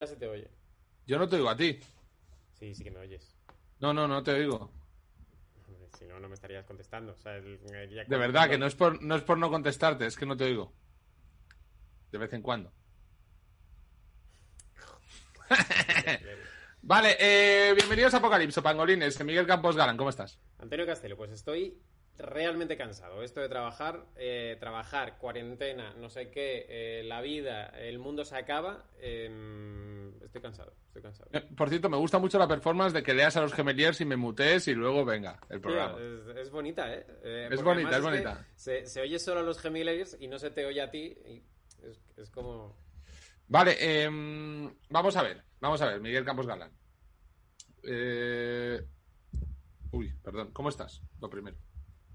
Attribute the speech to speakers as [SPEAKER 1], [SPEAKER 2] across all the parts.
[SPEAKER 1] Ya se te oye.
[SPEAKER 2] Yo no te oigo a ti.
[SPEAKER 1] Sí, sí que me oyes.
[SPEAKER 2] No, no, no te oigo.
[SPEAKER 1] Hombre, si no, no me estarías contestando. O sea, el- el- ya
[SPEAKER 2] De verdad, que no es por no, es por no contestarte, es que no te oigo. De vez en cuando. Vale, eh, bienvenidos a Apocalipso, pangolines. Miguel Campos Galán, ¿cómo estás?
[SPEAKER 1] Antonio Castelo, pues estoy realmente cansado. Esto de trabajar, eh, trabajar, cuarentena, no sé qué, eh, la vida, el mundo se acaba. eh, estoy cansado, estoy cansado.
[SPEAKER 2] Eh, Por cierto, me gusta mucho la performance de que leas a los gemeliers y me mutees y luego venga el programa.
[SPEAKER 1] Mira, es, es bonita, ¿eh? Eh,
[SPEAKER 2] Es
[SPEAKER 1] porque
[SPEAKER 2] bonita,
[SPEAKER 1] además
[SPEAKER 2] es
[SPEAKER 1] que
[SPEAKER 2] bonita.
[SPEAKER 1] Se, se oye solo a los Gemilers y no se te oye a ti. y es, es como...
[SPEAKER 2] Vale, em, vamos a ver, vamos a ver, Miguel Campos Galán. Eh, uy, perdón, ¿cómo estás? Lo primero.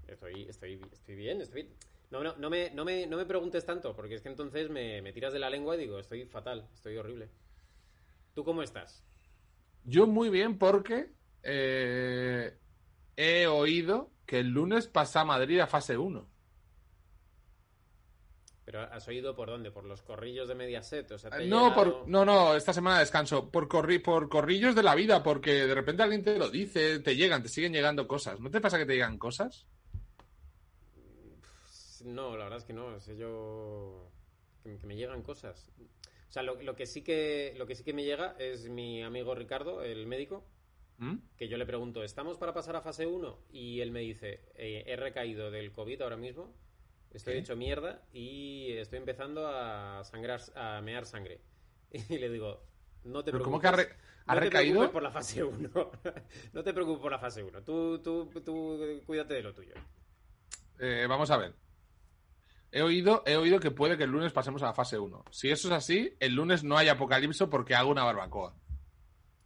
[SPEAKER 1] Estoy, estoy, estoy bien, estoy... No, no, no, me, no, me, no me preguntes tanto, porque es que entonces me, me tiras de la lengua y digo, estoy fatal, estoy horrible. ¿Tú cómo estás?
[SPEAKER 2] Yo muy bien porque eh, he oído que el lunes pasa a Madrid a fase 1.
[SPEAKER 1] ¿Pero has oído por dónde? ¿Por los corrillos de Mediaset? O sea, te he
[SPEAKER 2] No,
[SPEAKER 1] llegado-
[SPEAKER 2] por, no, no, esta semana descanso. Por, corri- por corrillos de la vida, porque de repente alguien te lo dice, te llegan, te siguen llegando cosas. ¿No te pasa que te llegan cosas?
[SPEAKER 1] No, la verdad es que no, sé yo... Que, que me llegan cosas. O sea, lo, lo que sí que, lo que sí que me llega es mi amigo Ricardo, el médico,
[SPEAKER 2] ¿Mm?
[SPEAKER 1] que yo le pregunto, ¿estamos para pasar a fase 1? Y él me dice, eh, he recaído del COVID ahora mismo, estoy
[SPEAKER 2] ¿Qué?
[SPEAKER 1] hecho mierda y estoy empezando a sangrar, a mear sangre. Y le digo, no te preocupes.
[SPEAKER 2] ¿Pero cómo que ha, re- ha
[SPEAKER 1] no te
[SPEAKER 2] recaído?
[SPEAKER 1] preocupes por la fase 1. no te preocupes por la fase 1. Tú, tú, tú eh, cuídate de lo tuyo.
[SPEAKER 2] Eh, vamos a ver. He oído, he oído que puede que el lunes pasemos a la fase 1. Si eso es así, el lunes no hay apocalipso porque hago una barbacoa.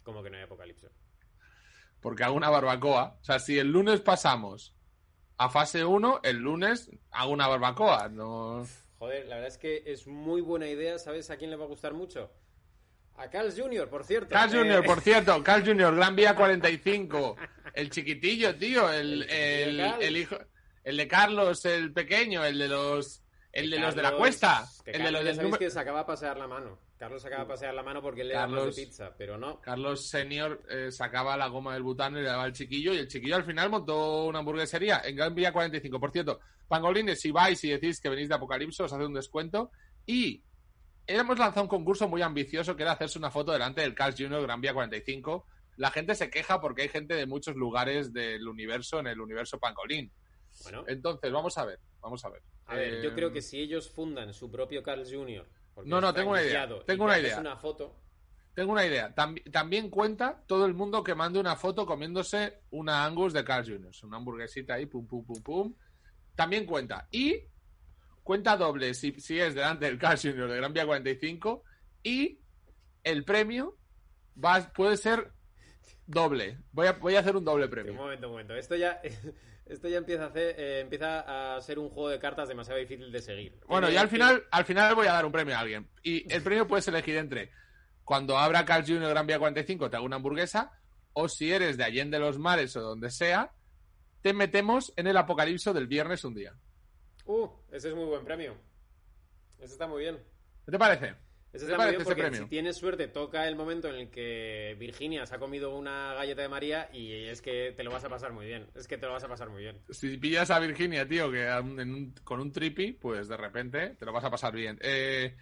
[SPEAKER 1] Como que no hay apocalipsis.
[SPEAKER 2] porque hago una barbacoa. O sea, si el lunes pasamos a fase 1, el lunes hago una barbacoa. No...
[SPEAKER 1] Joder, la verdad es que es muy buena idea. ¿Sabes a quién le va a gustar mucho? A Carl Jr., por cierto.
[SPEAKER 2] Carl
[SPEAKER 1] Eh,
[SPEAKER 2] Jr., por cierto, Carl Jr., Gran Vía 45. El chiquitillo, tío, el,
[SPEAKER 1] El chiquitillo
[SPEAKER 2] el-
[SPEAKER 1] Carl.
[SPEAKER 2] el hijo, el de Carlos, el pequeño, el de los, el de los de la
[SPEAKER 1] Carlos-
[SPEAKER 2] cuesta,
[SPEAKER 1] que
[SPEAKER 2] el de
[SPEAKER 1] Carlos,
[SPEAKER 2] los
[SPEAKER 1] ya
[SPEAKER 2] del
[SPEAKER 1] sabéis
[SPEAKER 2] número-
[SPEAKER 1] que se acaba de pasear la mano. Carlos se acaba de pasear la mano porque él le da más de
[SPEAKER 2] Carlos-
[SPEAKER 1] pizza, pero no.
[SPEAKER 2] Carlos Senior eh, sacaba la goma del butano y le daba al chiquillo y el chiquillo al final montó una hamburguesería en Gran Vía 45. Por cierto, pangolines, si vais y decís que venís de Apocalipsis, os hace un descuento y hemos lanzado un concurso muy ambicioso que era hacerse una foto delante del Carl Jr. Gran Vía 45. La gente se queja porque hay gente de muchos lugares del universo en el universo pangolín.
[SPEAKER 1] Bueno,
[SPEAKER 2] Entonces, vamos a ver, vamos a ver.
[SPEAKER 1] a ver,
[SPEAKER 2] Eh,
[SPEAKER 1] yo creo que si ellos fundan su propio Carl Jr. porque
[SPEAKER 2] No, no,
[SPEAKER 1] está
[SPEAKER 2] tengo una idea,
[SPEAKER 1] iniciado y
[SPEAKER 2] tengo
[SPEAKER 1] te
[SPEAKER 2] una
[SPEAKER 1] haces
[SPEAKER 2] idea.
[SPEAKER 1] una foto.
[SPEAKER 2] Tengo una idea. Tambi- también cuenta todo el mundo que mande una foto comiéndose una Angus de Carl Jr. Una hamburguesita ahí, pum, pum, pum, pum. También cuenta. Y cuenta doble si, si es delante del Carl Jr. de Gran Vía 45. Y el premio va- puede ser doble. Voy a, voy a hacer un doble
[SPEAKER 1] Un
[SPEAKER 2] premio.
[SPEAKER 1] momento, un momento. Esto ya, esto ya empieza, a hacer, eh, empieza a ser un juego de cartas demasiado difícil de seguir.
[SPEAKER 2] Bueno, y
[SPEAKER 1] Tiene-
[SPEAKER 2] al final, al final voy a dar un premio a alguien. Y el premio puedes elegir entre cuando abra Carl Jr. Gran Vía 45 te hago una hamburguesa, o si eres de Allende los Mares o donde sea, te metemos en el apocalipso del viernes un día.
[SPEAKER 1] Uh, ese es muy buen premio. Ese está muy bien.
[SPEAKER 2] ¿Qué te parece?
[SPEAKER 1] Ese
[SPEAKER 2] ¿Qué
[SPEAKER 1] está muy
[SPEAKER 2] parece
[SPEAKER 1] bien
[SPEAKER 2] ese
[SPEAKER 1] porque
[SPEAKER 2] premio?
[SPEAKER 1] si tienes suerte toca el momento en el que Virginia se ha comido una galleta de María y es que te lo vas a pasar muy bien. Es que te lo vas a pasar muy bien.
[SPEAKER 2] Si pillas a Virginia, tío, que a un- en un- con un tripi, pues de repente te lo vas a pasar bien. Eh,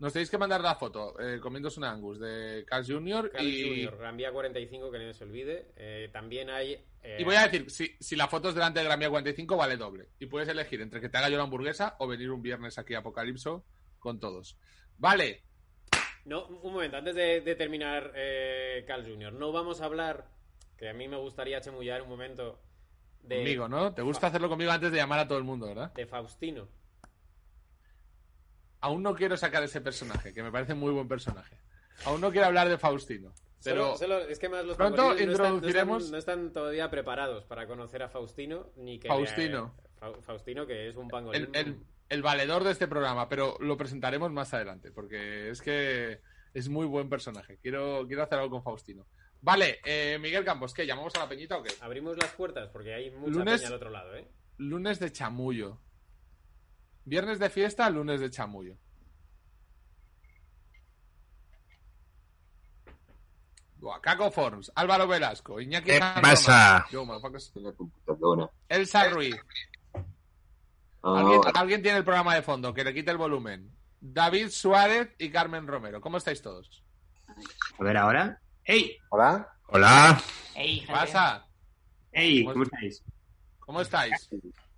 [SPEAKER 2] nos tenéis que mandar la foto eh, comiéndose un Angus de Carl Jr.
[SPEAKER 1] Carl
[SPEAKER 2] y...
[SPEAKER 1] Jr., Gran Vía 45, que no se olvide. Eh, también hay... eh,
[SPEAKER 2] Y voy a decir, si, si la foto es delante de Gran Vía 45, vale doble. Y puedes elegir entre que te haga yo la hamburguesa o venir un viernes aquí a Apocalipso con todos. Vale,
[SPEAKER 1] No, un momento, antes de, de terminar, eh, Carl Jr., no vamos a hablar, que a mí me gustaría chemullar un momento, de,
[SPEAKER 2] conmigo, ¿no? Te gusta hacerlo conmigo antes de llamar a todo el mundo, ¿verdad?
[SPEAKER 1] de Faustino.
[SPEAKER 2] Aún no quiero sacar ese personaje, que me parece muy buen personaje. Aún no quiero hablar de Faustino. Pero
[SPEAKER 1] Solo- solo- es que más los
[SPEAKER 2] pronto
[SPEAKER 1] pangolines no están- no están- No
[SPEAKER 2] introduciremos-
[SPEAKER 1] están, todavía preparados para conocer a Faustino, ni que...
[SPEAKER 2] Faustino.
[SPEAKER 1] Fa- Faustino, que es un pangolín.
[SPEAKER 2] el, el- el valedor de este programa, pero lo presentaremos más adelante, porque es que es muy buen personaje. Quiero, quiero hacer algo con Faustino. Vale, eh, Miguel Campos, ¿qué? ¿Llamamos a la peñita o qué?
[SPEAKER 1] Abrimos las puertas porque hay mucha
[SPEAKER 2] Lunes-
[SPEAKER 1] peña al otro lado, ¿eh?
[SPEAKER 2] Lunes de chamullo. Viernes de fiesta, lunes de chamullo. Caco Forms, Álvaro Velasco, Iñaki
[SPEAKER 3] ¿Qué
[SPEAKER 2] Jarama,
[SPEAKER 3] pasa?
[SPEAKER 2] Yo, motherfuckers,
[SPEAKER 4] en la computadora.
[SPEAKER 2] Elsa Ruiz.
[SPEAKER 4] Ah,
[SPEAKER 2] ¿Alguien,
[SPEAKER 4] vale.
[SPEAKER 2] alguien tiene el programa de fondo, que le quite el volumen. David Suárez y Carmen Romero. ¿Cómo estáis todos?
[SPEAKER 5] A ver ahora. ¡Ey!
[SPEAKER 6] Hola.
[SPEAKER 3] Hola.
[SPEAKER 7] Ey, gente.
[SPEAKER 2] ¿Pasa?
[SPEAKER 5] ¡Ey! ¿Cómo estáis?
[SPEAKER 2] ¿Cómo estáis?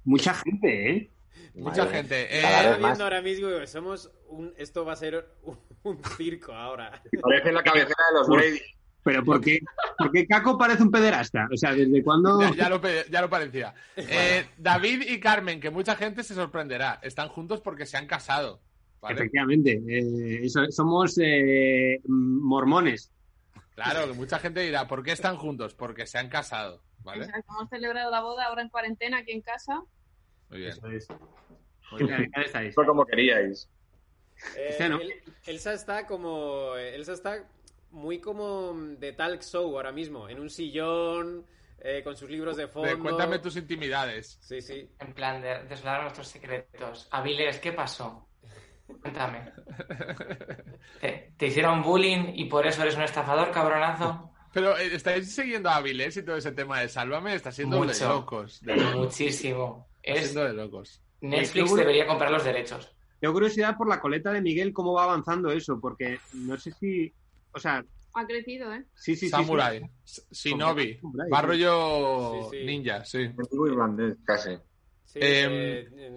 [SPEAKER 5] Mucha gente, ¿eh?
[SPEAKER 2] Mucha
[SPEAKER 6] Madre.
[SPEAKER 2] gente.
[SPEAKER 6] Cada
[SPEAKER 2] Eh,
[SPEAKER 1] Estaba
[SPEAKER 6] vez más.
[SPEAKER 1] viendo ahora mismo que somos un... Esto va a ser un, un circo ahora.
[SPEAKER 4] Parece la cabecera de los Brady.
[SPEAKER 5] Pero ¿por qué? ¿Por qué Caco parece un pederasta? O sea, ¿desde cuándo?
[SPEAKER 2] ya, ya lo, pe- ya lo parecía. Eh, David y Carmen, que mucha gente se sorprenderá. Están juntos porque se han casado. ¿vale?
[SPEAKER 5] Efectivamente. eh, eso- somos eh, mormones.
[SPEAKER 2] Claro, que mucha gente dirá, ¿por qué están juntos? Porque se han casado. ¿Vale?
[SPEAKER 7] Exacto, Hemos celebrado la boda ahora en cuarentena aquí en casa.
[SPEAKER 2] Muy bien.
[SPEAKER 5] Eso es.
[SPEAKER 2] Muy
[SPEAKER 5] ¿Qué
[SPEAKER 2] bien.
[SPEAKER 5] tal estáis?
[SPEAKER 4] Fue como queríais.
[SPEAKER 1] Eh,
[SPEAKER 5] Este no.
[SPEAKER 1] El- Elsa está como. Elsa está muy como de talk show ahora mismo, en un sillón, eh, con sus libros de
[SPEAKER 2] Eh,
[SPEAKER 1] fondo.
[SPEAKER 2] cuéntame tus intimidades.
[SPEAKER 1] Sí, sí.
[SPEAKER 8] En plan, de desvelar nuestros secretos. Aviles, ¿qué pasó? Cuéntame. ¿Te, te hicieron bullying y por eso eres un estafador, cabronazo?
[SPEAKER 2] Pero eh, estáis siguiendo a Avilés y todo ese tema de Sálvame. Está siendo de
[SPEAKER 8] Mucho.
[SPEAKER 2] locos. De locos.
[SPEAKER 8] Muchísimo.
[SPEAKER 2] Está
[SPEAKER 8] Es,
[SPEAKER 2] siendo de locos.
[SPEAKER 8] Netflix
[SPEAKER 5] Seguro.
[SPEAKER 8] debería comprar los derechos.
[SPEAKER 5] Tengo curiosidad por la coleta de Miguel, cómo va avanzando eso, porque no sé si. O sea,
[SPEAKER 7] Ha crecido, ¿eh?
[SPEAKER 5] sí, sí, sí,
[SPEAKER 2] Samurai,
[SPEAKER 5] sí.
[SPEAKER 2] S- Shinobi,
[SPEAKER 5] Samurai,
[SPEAKER 2] va
[SPEAKER 5] sí.
[SPEAKER 2] rollo
[SPEAKER 1] Sí, sí.
[SPEAKER 2] ninja, sí.
[SPEAKER 4] Antiguo irlandés, casi.
[SPEAKER 1] Sí,
[SPEAKER 2] Em,
[SPEAKER 1] eh, en-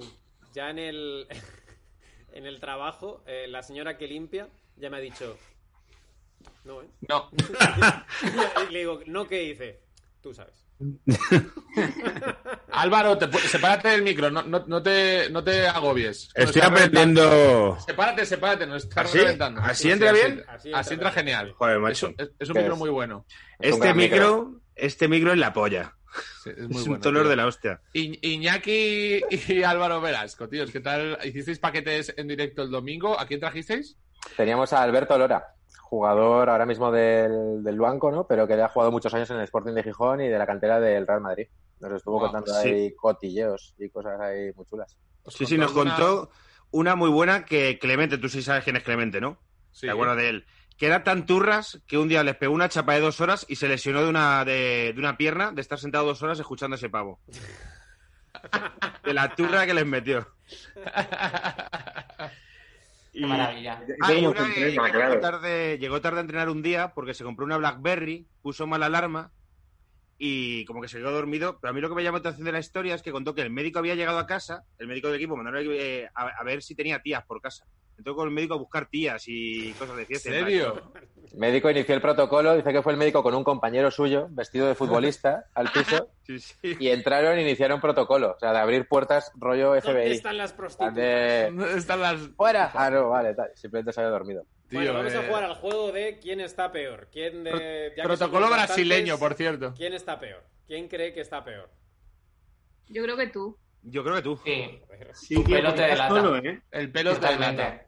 [SPEAKER 1] ya en el, en el trabajo, eh, la señora que limpia ya me ha dicho. No, ¿eh?
[SPEAKER 2] No,
[SPEAKER 1] y le digo, ¿no qué dice? Tú sabes.
[SPEAKER 2] Álvaro, te pu- sepárate del micro, no, no, no te, no te agobies. Nos
[SPEAKER 3] Estoy
[SPEAKER 2] está
[SPEAKER 3] aprendiendo.
[SPEAKER 2] reventando. Sepárate, sepárate, nos está
[SPEAKER 3] ¿Así?
[SPEAKER 2] reventando.
[SPEAKER 3] ¿Así
[SPEAKER 2] Sí,
[SPEAKER 3] entra
[SPEAKER 2] sí,
[SPEAKER 3] bien?
[SPEAKER 2] Así, así entra genial.
[SPEAKER 3] Joder,
[SPEAKER 2] Es,
[SPEAKER 3] macho.
[SPEAKER 2] un- es- es un
[SPEAKER 6] ¿Qué
[SPEAKER 2] micro
[SPEAKER 6] es?
[SPEAKER 2] muy bueno.
[SPEAKER 4] Es un
[SPEAKER 3] Este
[SPEAKER 4] gran
[SPEAKER 3] micro, este micro es la polla.
[SPEAKER 2] Sí, es muy
[SPEAKER 3] Es un
[SPEAKER 2] bueno,
[SPEAKER 3] dolor
[SPEAKER 2] tío.
[SPEAKER 3] de la hostia.
[SPEAKER 2] Iñ- Iñaki y Álvaro Velasco, tíos, ¿qué tal? ¿Hicisteis paquetes en directo el domingo? ¿A quién trajisteis?
[SPEAKER 6] Teníamos a Alberto Lora, jugador ahora mismo del, del Luanco, ¿no? Pero que ha jugado muchos años en el Sporting de Gijón y de la cantera del Real Madrid. Nos
[SPEAKER 4] Ah,
[SPEAKER 6] estuvo
[SPEAKER 2] Wow,
[SPEAKER 4] pues
[SPEAKER 6] contando
[SPEAKER 3] sí.
[SPEAKER 6] ahí cotilleos y cosas ahí muy chulas.
[SPEAKER 2] ¿Os
[SPEAKER 3] Sí, sí, nos
[SPEAKER 2] contáis una-
[SPEAKER 3] contó una muy buena que Clemente, tú sí sabes quién es Clemente, ¿no?
[SPEAKER 2] Sí.
[SPEAKER 3] ¿Te acuerdas de él? Que era tan turras que un día les pegó una chapa de dos horas y se lesionó de una, de, de una pierna de estar sentado dos horas escuchando a ese pavo. De la turra que les metió.
[SPEAKER 8] Qué maravilla.
[SPEAKER 3] Ah, y
[SPEAKER 4] como
[SPEAKER 3] una
[SPEAKER 4] se
[SPEAKER 3] que-
[SPEAKER 4] entrena,
[SPEAKER 3] que
[SPEAKER 4] claro.
[SPEAKER 3] llegó, tarde, llegó tarde a entrenar un día porque se compró una BlackBerry, puso mala alarma y como que se quedó dormido. Pero a mí lo que me llamó la atención de la historia es que contó que el médico había llegado a casa, el médico del equipo, mandaron eh, a, a ver si tenía tías por casa. Entró con el médico a buscar tías y cosas de
[SPEAKER 2] ¿En
[SPEAKER 3] fiesta. y tal.
[SPEAKER 2] serio?
[SPEAKER 6] Médico inició el protocolo, dice que fue el médico con un compañero suyo, vestido de futbolista, al piso,
[SPEAKER 3] Sí, sí.
[SPEAKER 6] y entraron e iniciaron protocolo. O sea, de abrir puertas rollo
[SPEAKER 1] ¿Dónde
[SPEAKER 6] FBI.
[SPEAKER 1] están las prostitutas?
[SPEAKER 6] De...
[SPEAKER 2] ¿Dónde están las...
[SPEAKER 6] ¡Fuera! Ah, no, vale, tal. Simplemente se había dormido.
[SPEAKER 1] Bueno, vamos a
[SPEAKER 2] eh,
[SPEAKER 1] jugar al juego de quién está peor. ¿Quién de- ya que somos
[SPEAKER 2] Protocolo
[SPEAKER 1] bastantes,
[SPEAKER 2] brasileño, por cierto.
[SPEAKER 1] ¿Quién está peor? ¿Quién cree que está peor?
[SPEAKER 7] Yo creo que tú.
[SPEAKER 3] Yo creo que tú.
[SPEAKER 8] Sí,
[SPEAKER 5] Sí, tío,
[SPEAKER 8] Pelo te
[SPEAKER 5] porque estás
[SPEAKER 8] delata.
[SPEAKER 5] solo, ¿eh?
[SPEAKER 2] El pelo te delata.
[SPEAKER 8] totalmente.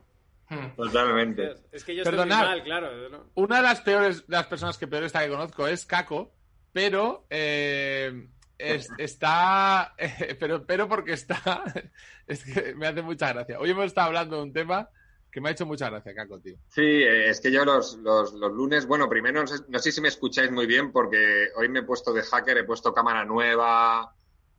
[SPEAKER 8] Hmm.
[SPEAKER 4] Totalmente.
[SPEAKER 1] Dios, Es que yo
[SPEAKER 2] Perdonad.
[SPEAKER 1] estoy muy mal, claro. ¿no?
[SPEAKER 2] Una de las peores, de las personas que peor está que conozco es Caco, pero eh, es- está, pero, pero porque está, es que me hace mucha gracia. Hoy hemos estado hablando de un tema que me ha hecho mucha gracia, Caco, tío.
[SPEAKER 4] Sí, eh, es que yo los, los, los lunes, bueno, primero no sé, no sé si me escucháis muy bien porque hoy me he puesto de hacker, he puesto cámara nueva,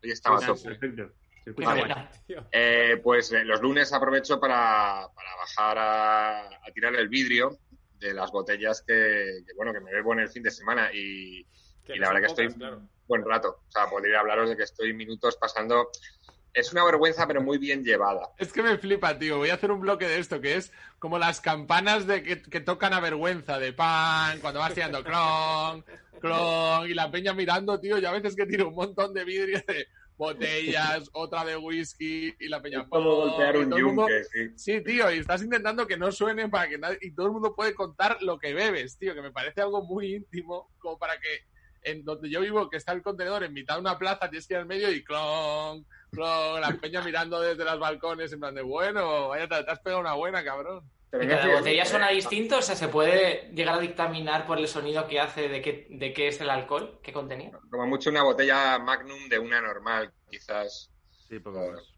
[SPEAKER 4] hoy estaba
[SPEAKER 2] Sí,
[SPEAKER 4] todo.
[SPEAKER 2] sí, sí.
[SPEAKER 5] Perfecto. Se
[SPEAKER 8] Qué
[SPEAKER 5] escucha
[SPEAKER 4] Vale.
[SPEAKER 5] bien.
[SPEAKER 8] bueno.
[SPEAKER 4] Eh, pues eh, los lunes aprovecho para, para bajar a, a tirar el vidrio de las botellas que, que, bueno, que me bebo en el fin de semana y Y la
[SPEAKER 1] no son
[SPEAKER 4] verdad que estoy-
[SPEAKER 1] claro.
[SPEAKER 4] buen rato. O sea, podría hablaros de que estoy minutos pasando... Es una vergüenza, pero muy bien llevada.
[SPEAKER 2] Es que me flipa, tío. Voy a hacer un bloque de esto que es como las campanas de que, que tocan a vergüenza de pan, cuando vas tirando clon, clon, y la peña mirando, tío. Y a veces que tiro un montón de vidrio de botellas, otra de whisky, y la peña.
[SPEAKER 4] Es como
[SPEAKER 2] "Pong",
[SPEAKER 4] golpear
[SPEAKER 2] y
[SPEAKER 4] un
[SPEAKER 2] todo el mundo-
[SPEAKER 4] yunque, sí.
[SPEAKER 2] Sí, tío, y estás intentando que no suene para que nadie, y todo el mundo puede contar lo que bebes, tío, que me parece algo muy íntimo, como para que en donde yo vivo, que está el contenedor en mitad de una plaza, tienes que ir al medio y clon, clon, la peña mirando desde los balcones en plan de, bueno, vaya, te, te has pegado una buena, cabrón.
[SPEAKER 4] Pero
[SPEAKER 8] ¿Y
[SPEAKER 4] no
[SPEAKER 8] ¿Cada
[SPEAKER 4] sé-
[SPEAKER 8] botella suena distinto? O sea, ¿se puede llegar a dictaminar por el sonido que hace de qué, de qué es el alcohol? ¿Qué contenía?
[SPEAKER 4] Como mucho una botella Magnum de una normal, quizás.
[SPEAKER 3] Sí, poco más.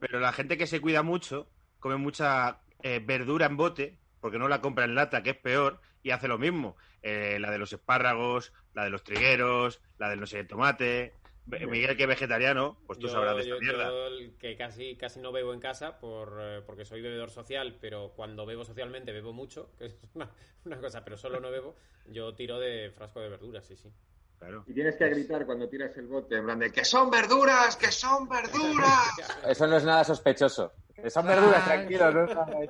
[SPEAKER 3] Pero la gente que se cuida mucho, come mucha eh, verdura en bote, porque no la compra en lata, que es peor, y hace lo mismo. Eh, la de los espárragos, la de los trigueros, la del no sé, tomate. Ve- Miguel, que es vegetariano, pues tú
[SPEAKER 1] Yo-
[SPEAKER 3] sabrás de esta
[SPEAKER 1] yo-
[SPEAKER 3] mierda.
[SPEAKER 1] yo el que casi, casi no bebo en casa por, eh, porque soy bebedor social, pero cuando bebo socialmente bebo mucho, que es una, una cosa, pero solo no bebo. Yo tiro de frasco de verduras, sí, sí.
[SPEAKER 3] Claro.
[SPEAKER 4] Y tienes que gritar cuando tiras el bote, en plan de ¡Que son verduras! ¡Que son verduras!
[SPEAKER 6] Eso no es nada sospechoso. Son verduras, tranquilo.
[SPEAKER 8] El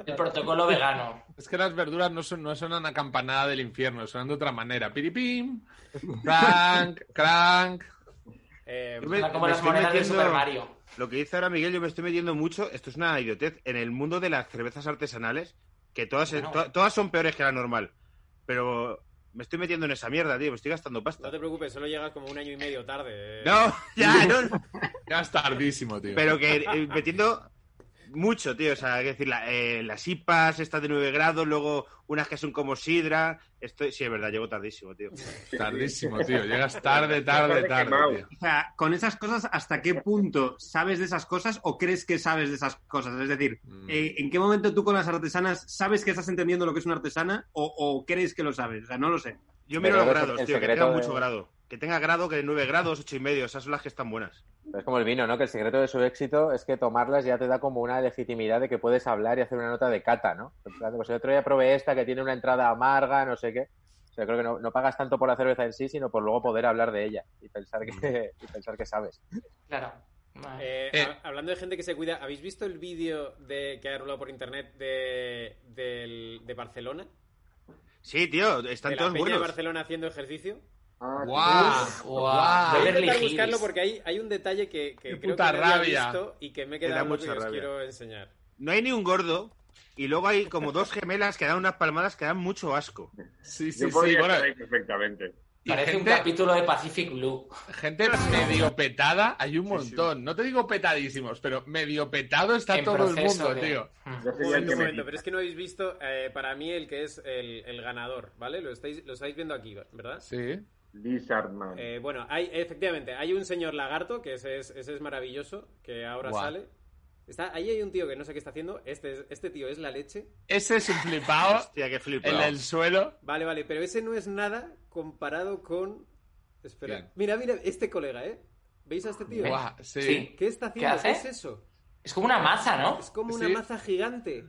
[SPEAKER 6] ¿no?
[SPEAKER 8] protocolo vegano.
[SPEAKER 2] Es que las verduras no, son, no suenan a campanada del infierno, suenan de otra manera. Piripim, crank, crank.
[SPEAKER 1] Eh,
[SPEAKER 3] Yo me-
[SPEAKER 8] Está como
[SPEAKER 3] me
[SPEAKER 8] las
[SPEAKER 3] estoy
[SPEAKER 8] monedas de
[SPEAKER 3] metiendo-
[SPEAKER 8] Super Mario.
[SPEAKER 3] Lo que dice ahora Miguel, yo me estoy metiendo mucho, esto es una idiotez, en el mundo de las cervezas artesanales, que todas,
[SPEAKER 8] Bueno.
[SPEAKER 3] to- todas son peores que la normal. Pero me estoy metiendo en esa mierda, tío, me estoy gastando pasta.
[SPEAKER 1] no te preocupes, solo llegas como un año y medio tarde. eh.
[SPEAKER 3] No, ya, no, no.
[SPEAKER 2] Ya es tardísimo, tío.
[SPEAKER 3] Pero que eh, metiendo mucho, tío. O sea, hay que decir, la- eh, las IPAs, estas de 9 grados, luego unas que son como sidra. Esto, sí, es verdad, llego tardísimo, tío.
[SPEAKER 2] Tardísimo, tío. Llegas tarde, tarde,
[SPEAKER 4] Tarde quemado.
[SPEAKER 2] tarde. tío.
[SPEAKER 5] O sea, con esas cosas, ¿hasta qué punto sabes de esas cosas o crees que sabes de esas cosas? Es decir,
[SPEAKER 2] Mm.
[SPEAKER 5] eh, ¿en qué momento tú con las artesanas sabes que estás entendiendo lo que es una artesana o, o crees que lo sabes? O sea, no lo sé.
[SPEAKER 3] Yo miro
[SPEAKER 6] Pero
[SPEAKER 3] los
[SPEAKER 6] el
[SPEAKER 3] grados,
[SPEAKER 6] secreto
[SPEAKER 3] tío, que tenga
[SPEAKER 6] de-
[SPEAKER 3] mucho grado. Que tenga grado, que de 9 grados, 8 y medio. Esas son las que están buenas.
[SPEAKER 6] Es como el vino, ¿no? Que el secreto de su éxito es que tomarlas ya te da como una legitimidad de que puedes hablar y hacer una nota de cata, ¿no? En plan, Pues el otro día probé esta que tiene una entrada amarga, no sé qué. O sea, creo que no, no pagas tanto por la cerveza en sí, sino por luego poder hablar de ella y pensar que, y pensar que sabes.
[SPEAKER 8] Claro.
[SPEAKER 1] Eh,
[SPEAKER 2] Eh.
[SPEAKER 1] ha- hablando de gente que se cuida, ¿habéis visto el vídeo de que ha rulado por internet de, del- de Barcelona?
[SPEAKER 3] Sí, tío, están
[SPEAKER 1] de la
[SPEAKER 3] todos
[SPEAKER 1] peña de
[SPEAKER 3] buenos.
[SPEAKER 1] Barcelona haciendo ejercicio.
[SPEAKER 4] Ah,
[SPEAKER 2] ¡Guau! ¡Guau!
[SPEAKER 1] Voy a
[SPEAKER 8] Beverly
[SPEAKER 1] intentar
[SPEAKER 8] Hills.
[SPEAKER 1] buscarlo porque hay, hay un detalle que, que
[SPEAKER 2] Ah, Qué
[SPEAKER 1] creo
[SPEAKER 2] puta
[SPEAKER 1] que no había
[SPEAKER 2] rabia.
[SPEAKER 1] visto y que me he
[SPEAKER 3] Me da
[SPEAKER 1] quedado
[SPEAKER 3] mucha
[SPEAKER 1] que os
[SPEAKER 3] rabia.
[SPEAKER 1] quiero enseñar.
[SPEAKER 3] No hay ni un gordo. Y luego hay como dos gemelas que dan unas palmadas que dan mucho asco.
[SPEAKER 2] Sí, sí,
[SPEAKER 4] Yo
[SPEAKER 2] sí.
[SPEAKER 4] podría
[SPEAKER 2] Bueno,
[SPEAKER 4] estar ahí perfectamente.
[SPEAKER 2] y
[SPEAKER 8] Parece un
[SPEAKER 2] gente,
[SPEAKER 8] capítulo de Pacific Blue.
[SPEAKER 2] gente medio petada hay un montón. No te digo petadísimos, pero medio petado está
[SPEAKER 8] en
[SPEAKER 2] todo el
[SPEAKER 8] proceso
[SPEAKER 2] mundo,
[SPEAKER 8] de-
[SPEAKER 2] tío.
[SPEAKER 8] Mm.
[SPEAKER 4] Yo
[SPEAKER 1] Un
[SPEAKER 4] sería el
[SPEAKER 1] momento,
[SPEAKER 4] que
[SPEAKER 1] un
[SPEAKER 4] me
[SPEAKER 1] momento, pero es que no habéis visto eh, para mí el que es el, el ganador, ¿vale? Lo estáis, lo estáis viendo aquí, ¿verdad?
[SPEAKER 2] Sí.
[SPEAKER 4] Lizard Man.
[SPEAKER 1] Eh, bueno, hay, efectivamente, hay un señor lagarto, que ese es, ese es maravilloso, que ahora
[SPEAKER 2] Guau.
[SPEAKER 1] sale. Está, ahí hay un tío que no sé qué está haciendo, este, es- este tío es la leche.
[SPEAKER 2] Ese es un flipado.
[SPEAKER 3] Hostia, qué flipado.
[SPEAKER 2] Ah, El del suelo.
[SPEAKER 1] Vale, vale, pero ese no es nada comparado con... Espera,
[SPEAKER 2] Bien.
[SPEAKER 1] mira, mira, este colega, ¿eh? ¿Veis a este tío?
[SPEAKER 2] Guau, sí.
[SPEAKER 8] Sí.
[SPEAKER 1] ¿Qué está haciendo?
[SPEAKER 8] ¿Qué hace?
[SPEAKER 1] es eso?
[SPEAKER 8] Es como una maza, ¿no?
[SPEAKER 1] Es como una
[SPEAKER 2] Sí.
[SPEAKER 1] maza gigante.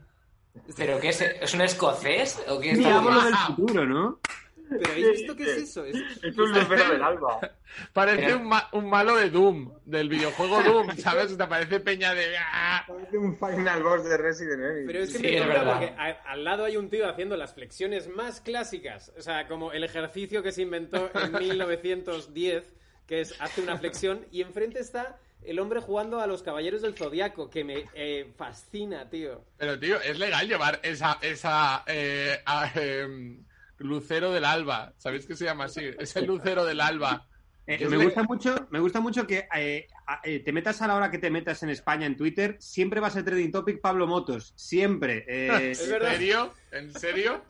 [SPEAKER 8] ¿Pero qué es? ¿Es un escocés? ¿O qué está
[SPEAKER 5] Diablo del futuro, ¿no?
[SPEAKER 1] ¿Pero habéis visto qué es eso? Es-
[SPEAKER 4] Es un lucero del alba.
[SPEAKER 2] Parece
[SPEAKER 8] Pero-
[SPEAKER 2] un, ma- un malo de Doom, del videojuego Doom, ¿sabes? Te parece peña de... ¡Ah!
[SPEAKER 4] Parece un final boss de Resident Evil.
[SPEAKER 1] Pero es que
[SPEAKER 8] Sí,
[SPEAKER 1] me
[SPEAKER 8] es
[SPEAKER 1] encanta
[SPEAKER 8] verdad.
[SPEAKER 1] porque a- al lado hay un tío haciendo las flexiones más clásicas, o sea, como el ejercicio que se inventó en 1910, que es hace una flexión, y enfrente está el hombre jugando a los caballeros del zodiaco, que me eh, fascina, tío.
[SPEAKER 2] Pero, tío, es legal llevar esa... esa eh, a- em, lucero del alba. ¿Sabéis qué se llama así? Es el lucero del alba.
[SPEAKER 5] Eh,
[SPEAKER 2] Yo
[SPEAKER 5] me,
[SPEAKER 2] le-
[SPEAKER 5] gusta mucho, me gusta mucho que eh, a- eh, te metas a la hora que te metas en España, en Twitter, siempre va a ser trending topic Pablo Motos, siempre. Eh,
[SPEAKER 1] Es
[SPEAKER 2] ¿En
[SPEAKER 1] verdad.
[SPEAKER 2] serio? ¿En serio?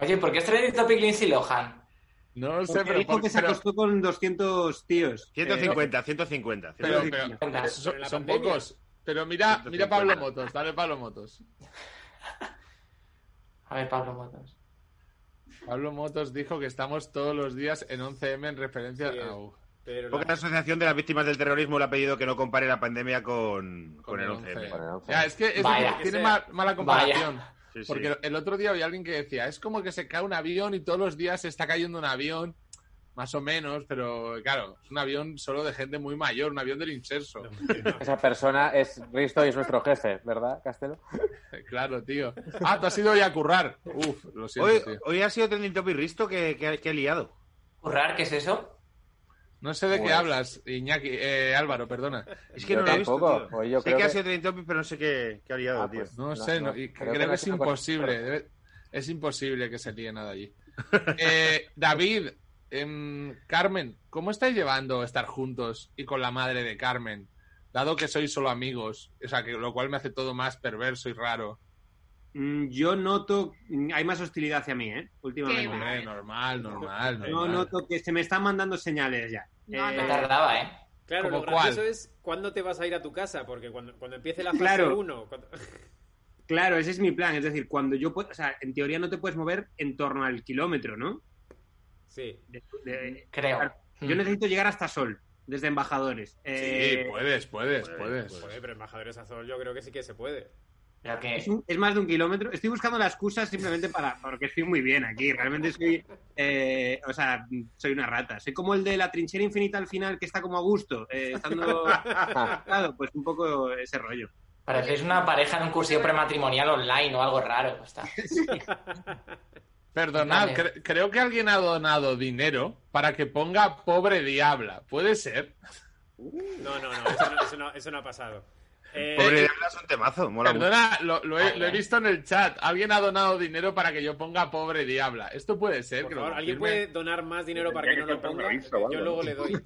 [SPEAKER 8] Oye, ¿por qué es trending topic Lindsay Lohan?
[SPEAKER 2] No lo sé,
[SPEAKER 5] porque
[SPEAKER 2] pero...
[SPEAKER 5] dijo
[SPEAKER 2] por-
[SPEAKER 5] que se
[SPEAKER 2] pero-
[SPEAKER 5] acostó con 200 tíos.
[SPEAKER 3] 150, 150,
[SPEAKER 2] Eh, pero-
[SPEAKER 3] 150.
[SPEAKER 2] pero-
[SPEAKER 8] Venga,
[SPEAKER 2] son,
[SPEAKER 1] Pero la
[SPEAKER 2] son
[SPEAKER 1] pandemia.
[SPEAKER 2] pocos. Pero mira, mira
[SPEAKER 3] 150.
[SPEAKER 2] Pablo Motos, dale Pablo Motos.
[SPEAKER 8] A ver, Pablo Motos.
[SPEAKER 2] Pablo Motos dijo que estamos todos los días en 11M en referencia
[SPEAKER 1] Sí, es-
[SPEAKER 2] Au.
[SPEAKER 6] Eh,
[SPEAKER 1] Pero
[SPEAKER 3] Porque la
[SPEAKER 1] la-
[SPEAKER 3] Asociación de las Víctimas del Terrorismo le ha pedido que no compare la pandemia con, con el 11M.
[SPEAKER 6] Con el 11M.
[SPEAKER 2] Ya, es que es-
[SPEAKER 8] Vaya.
[SPEAKER 2] tiene ma- mala comparación.
[SPEAKER 3] Sí, sí.
[SPEAKER 2] Porque el otro día había alguien que decía, es como que se cae un avión y todos los días se está cayendo un avión, más o menos, pero claro, es un avión solo de gente muy mayor, un avión del inserso.
[SPEAKER 6] pues, Esa persona es Risto y es nuestro jefe, ¿verdad, Castelo?
[SPEAKER 2] Eh, claro, tío. Ah, tú has ido hoy a currar. Uf, lo siento,
[SPEAKER 3] hoy,
[SPEAKER 2] tío.
[SPEAKER 3] hoy ha sido trending topic Risto que, que, que he liado.
[SPEAKER 8] ¿Currar? ¿Qué es eso?
[SPEAKER 2] No sé de qué
[SPEAKER 6] Pues-
[SPEAKER 2] hablas, Iñaki, eh, Álvaro, perdona.
[SPEAKER 3] Es que
[SPEAKER 6] Yo
[SPEAKER 3] no lo he visto,
[SPEAKER 6] tampoco.
[SPEAKER 3] tío.
[SPEAKER 6] Hoy yo
[SPEAKER 3] sé
[SPEAKER 6] creo
[SPEAKER 3] que, ha
[SPEAKER 6] que-
[SPEAKER 3] sido trending topic, pero no sé qué, qué ha liado,
[SPEAKER 6] Ah,
[SPEAKER 3] tío.
[SPEAKER 6] pues.
[SPEAKER 2] No,
[SPEAKER 6] No,
[SPEAKER 2] sé,
[SPEAKER 6] no,
[SPEAKER 2] no, y creo,
[SPEAKER 6] creo que
[SPEAKER 2] que
[SPEAKER 6] no
[SPEAKER 2] es
[SPEAKER 6] se me ocurre.
[SPEAKER 2] imposible. debe- es imposible que se líe nada allí. Eh, David, em, Carmen, ¿cómo estáis llevando estar juntos y con la madre de Carmen? Dado que sois solo amigos, o sea, que lo cual me hace todo más perverso y raro.
[SPEAKER 5] Mm, Yo noto, mm, hay más hostilidad hacia mí, ¿eh?
[SPEAKER 7] Qué
[SPEAKER 5] Últimamente.
[SPEAKER 7] va.
[SPEAKER 2] Hombre, normal, normal, normal.
[SPEAKER 5] No noto que se me están mandando señales ya.
[SPEAKER 7] No,
[SPEAKER 5] Eh,
[SPEAKER 8] Me tardaba, ¿eh?
[SPEAKER 1] claro, lo
[SPEAKER 2] ¿como cuál?
[SPEAKER 1] gracioso es cuándo te vas a ir a tu casa, porque cuando, cuando empiece la fase
[SPEAKER 5] Claro.
[SPEAKER 1] 1... cuando-
[SPEAKER 5] Claro, ese es mi plan. Es decir, cuando yo puedo. O sea, en teoría no te puedes mover en torno al kilómetro, ¿no?
[SPEAKER 1] Sí.
[SPEAKER 5] De- de-
[SPEAKER 8] creo. Hmm.
[SPEAKER 5] yo necesito llegar hasta Sol, desde embajadores. Eh,
[SPEAKER 2] Sí, pues. puedes, puedes, puedes.
[SPEAKER 1] Joder, pero embajadores azul yo creo que sí que se puede.
[SPEAKER 8] Lo
[SPEAKER 5] es,
[SPEAKER 8] que,
[SPEAKER 5] un- es más de un kilómetro. Estoy buscando la excusa simplemente para. Porque estoy muy bien aquí. Realmente soy. eh, o sea, soy una rata. Soy como el de la trinchera infinita al final que está como a gusto. eh, estando. Claro, pues un poco ese rollo.
[SPEAKER 8] parecéis una pareja en un cursillo prematrimonial online o algo raro. Está.
[SPEAKER 2] Perdonad,
[SPEAKER 8] Vale.
[SPEAKER 2] cre- creo que alguien ha donado dinero para que ponga pobre diabla. ¿Puede ser?
[SPEAKER 1] No, no, no, eso no, eso no, eso no ha pasado. Eh,
[SPEAKER 3] Pobre Diabla es un temazo, mola mucho.
[SPEAKER 2] Perdona, lo, lo he,
[SPEAKER 8] Vale.
[SPEAKER 2] lo he visto en el chat. Alguien ha donado dinero para que yo ponga pobre diabla. Esto puede ser.
[SPEAKER 1] por
[SPEAKER 2] que lo
[SPEAKER 1] favor, ¿alguien
[SPEAKER 2] confirme.
[SPEAKER 1] puede donar más dinero para que
[SPEAKER 4] Tendría
[SPEAKER 1] no lo
[SPEAKER 4] que comprar un
[SPEAKER 1] ponga?
[SPEAKER 4] aviso o
[SPEAKER 1] Yo luego
[SPEAKER 4] algo.
[SPEAKER 1] le doy.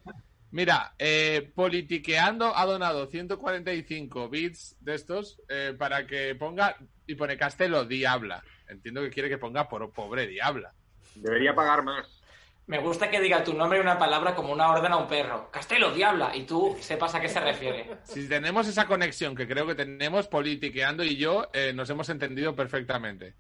[SPEAKER 2] Mira, eh, Politiqueando ha donado 145 bits de estos eh, para que ponga y pone Castelo Diabla. Entiendo que quiere que ponga por pobre Diabla.
[SPEAKER 4] Debería pagar más.
[SPEAKER 8] Me gusta que diga tu nombre y una palabra como una orden a un perro. Castelo, diabla. Y tú sepas a qué se refiere.
[SPEAKER 2] Si tenemos esa conexión que creo que tenemos, Politiqueando y yo eh, nos hemos entendido perfectamente.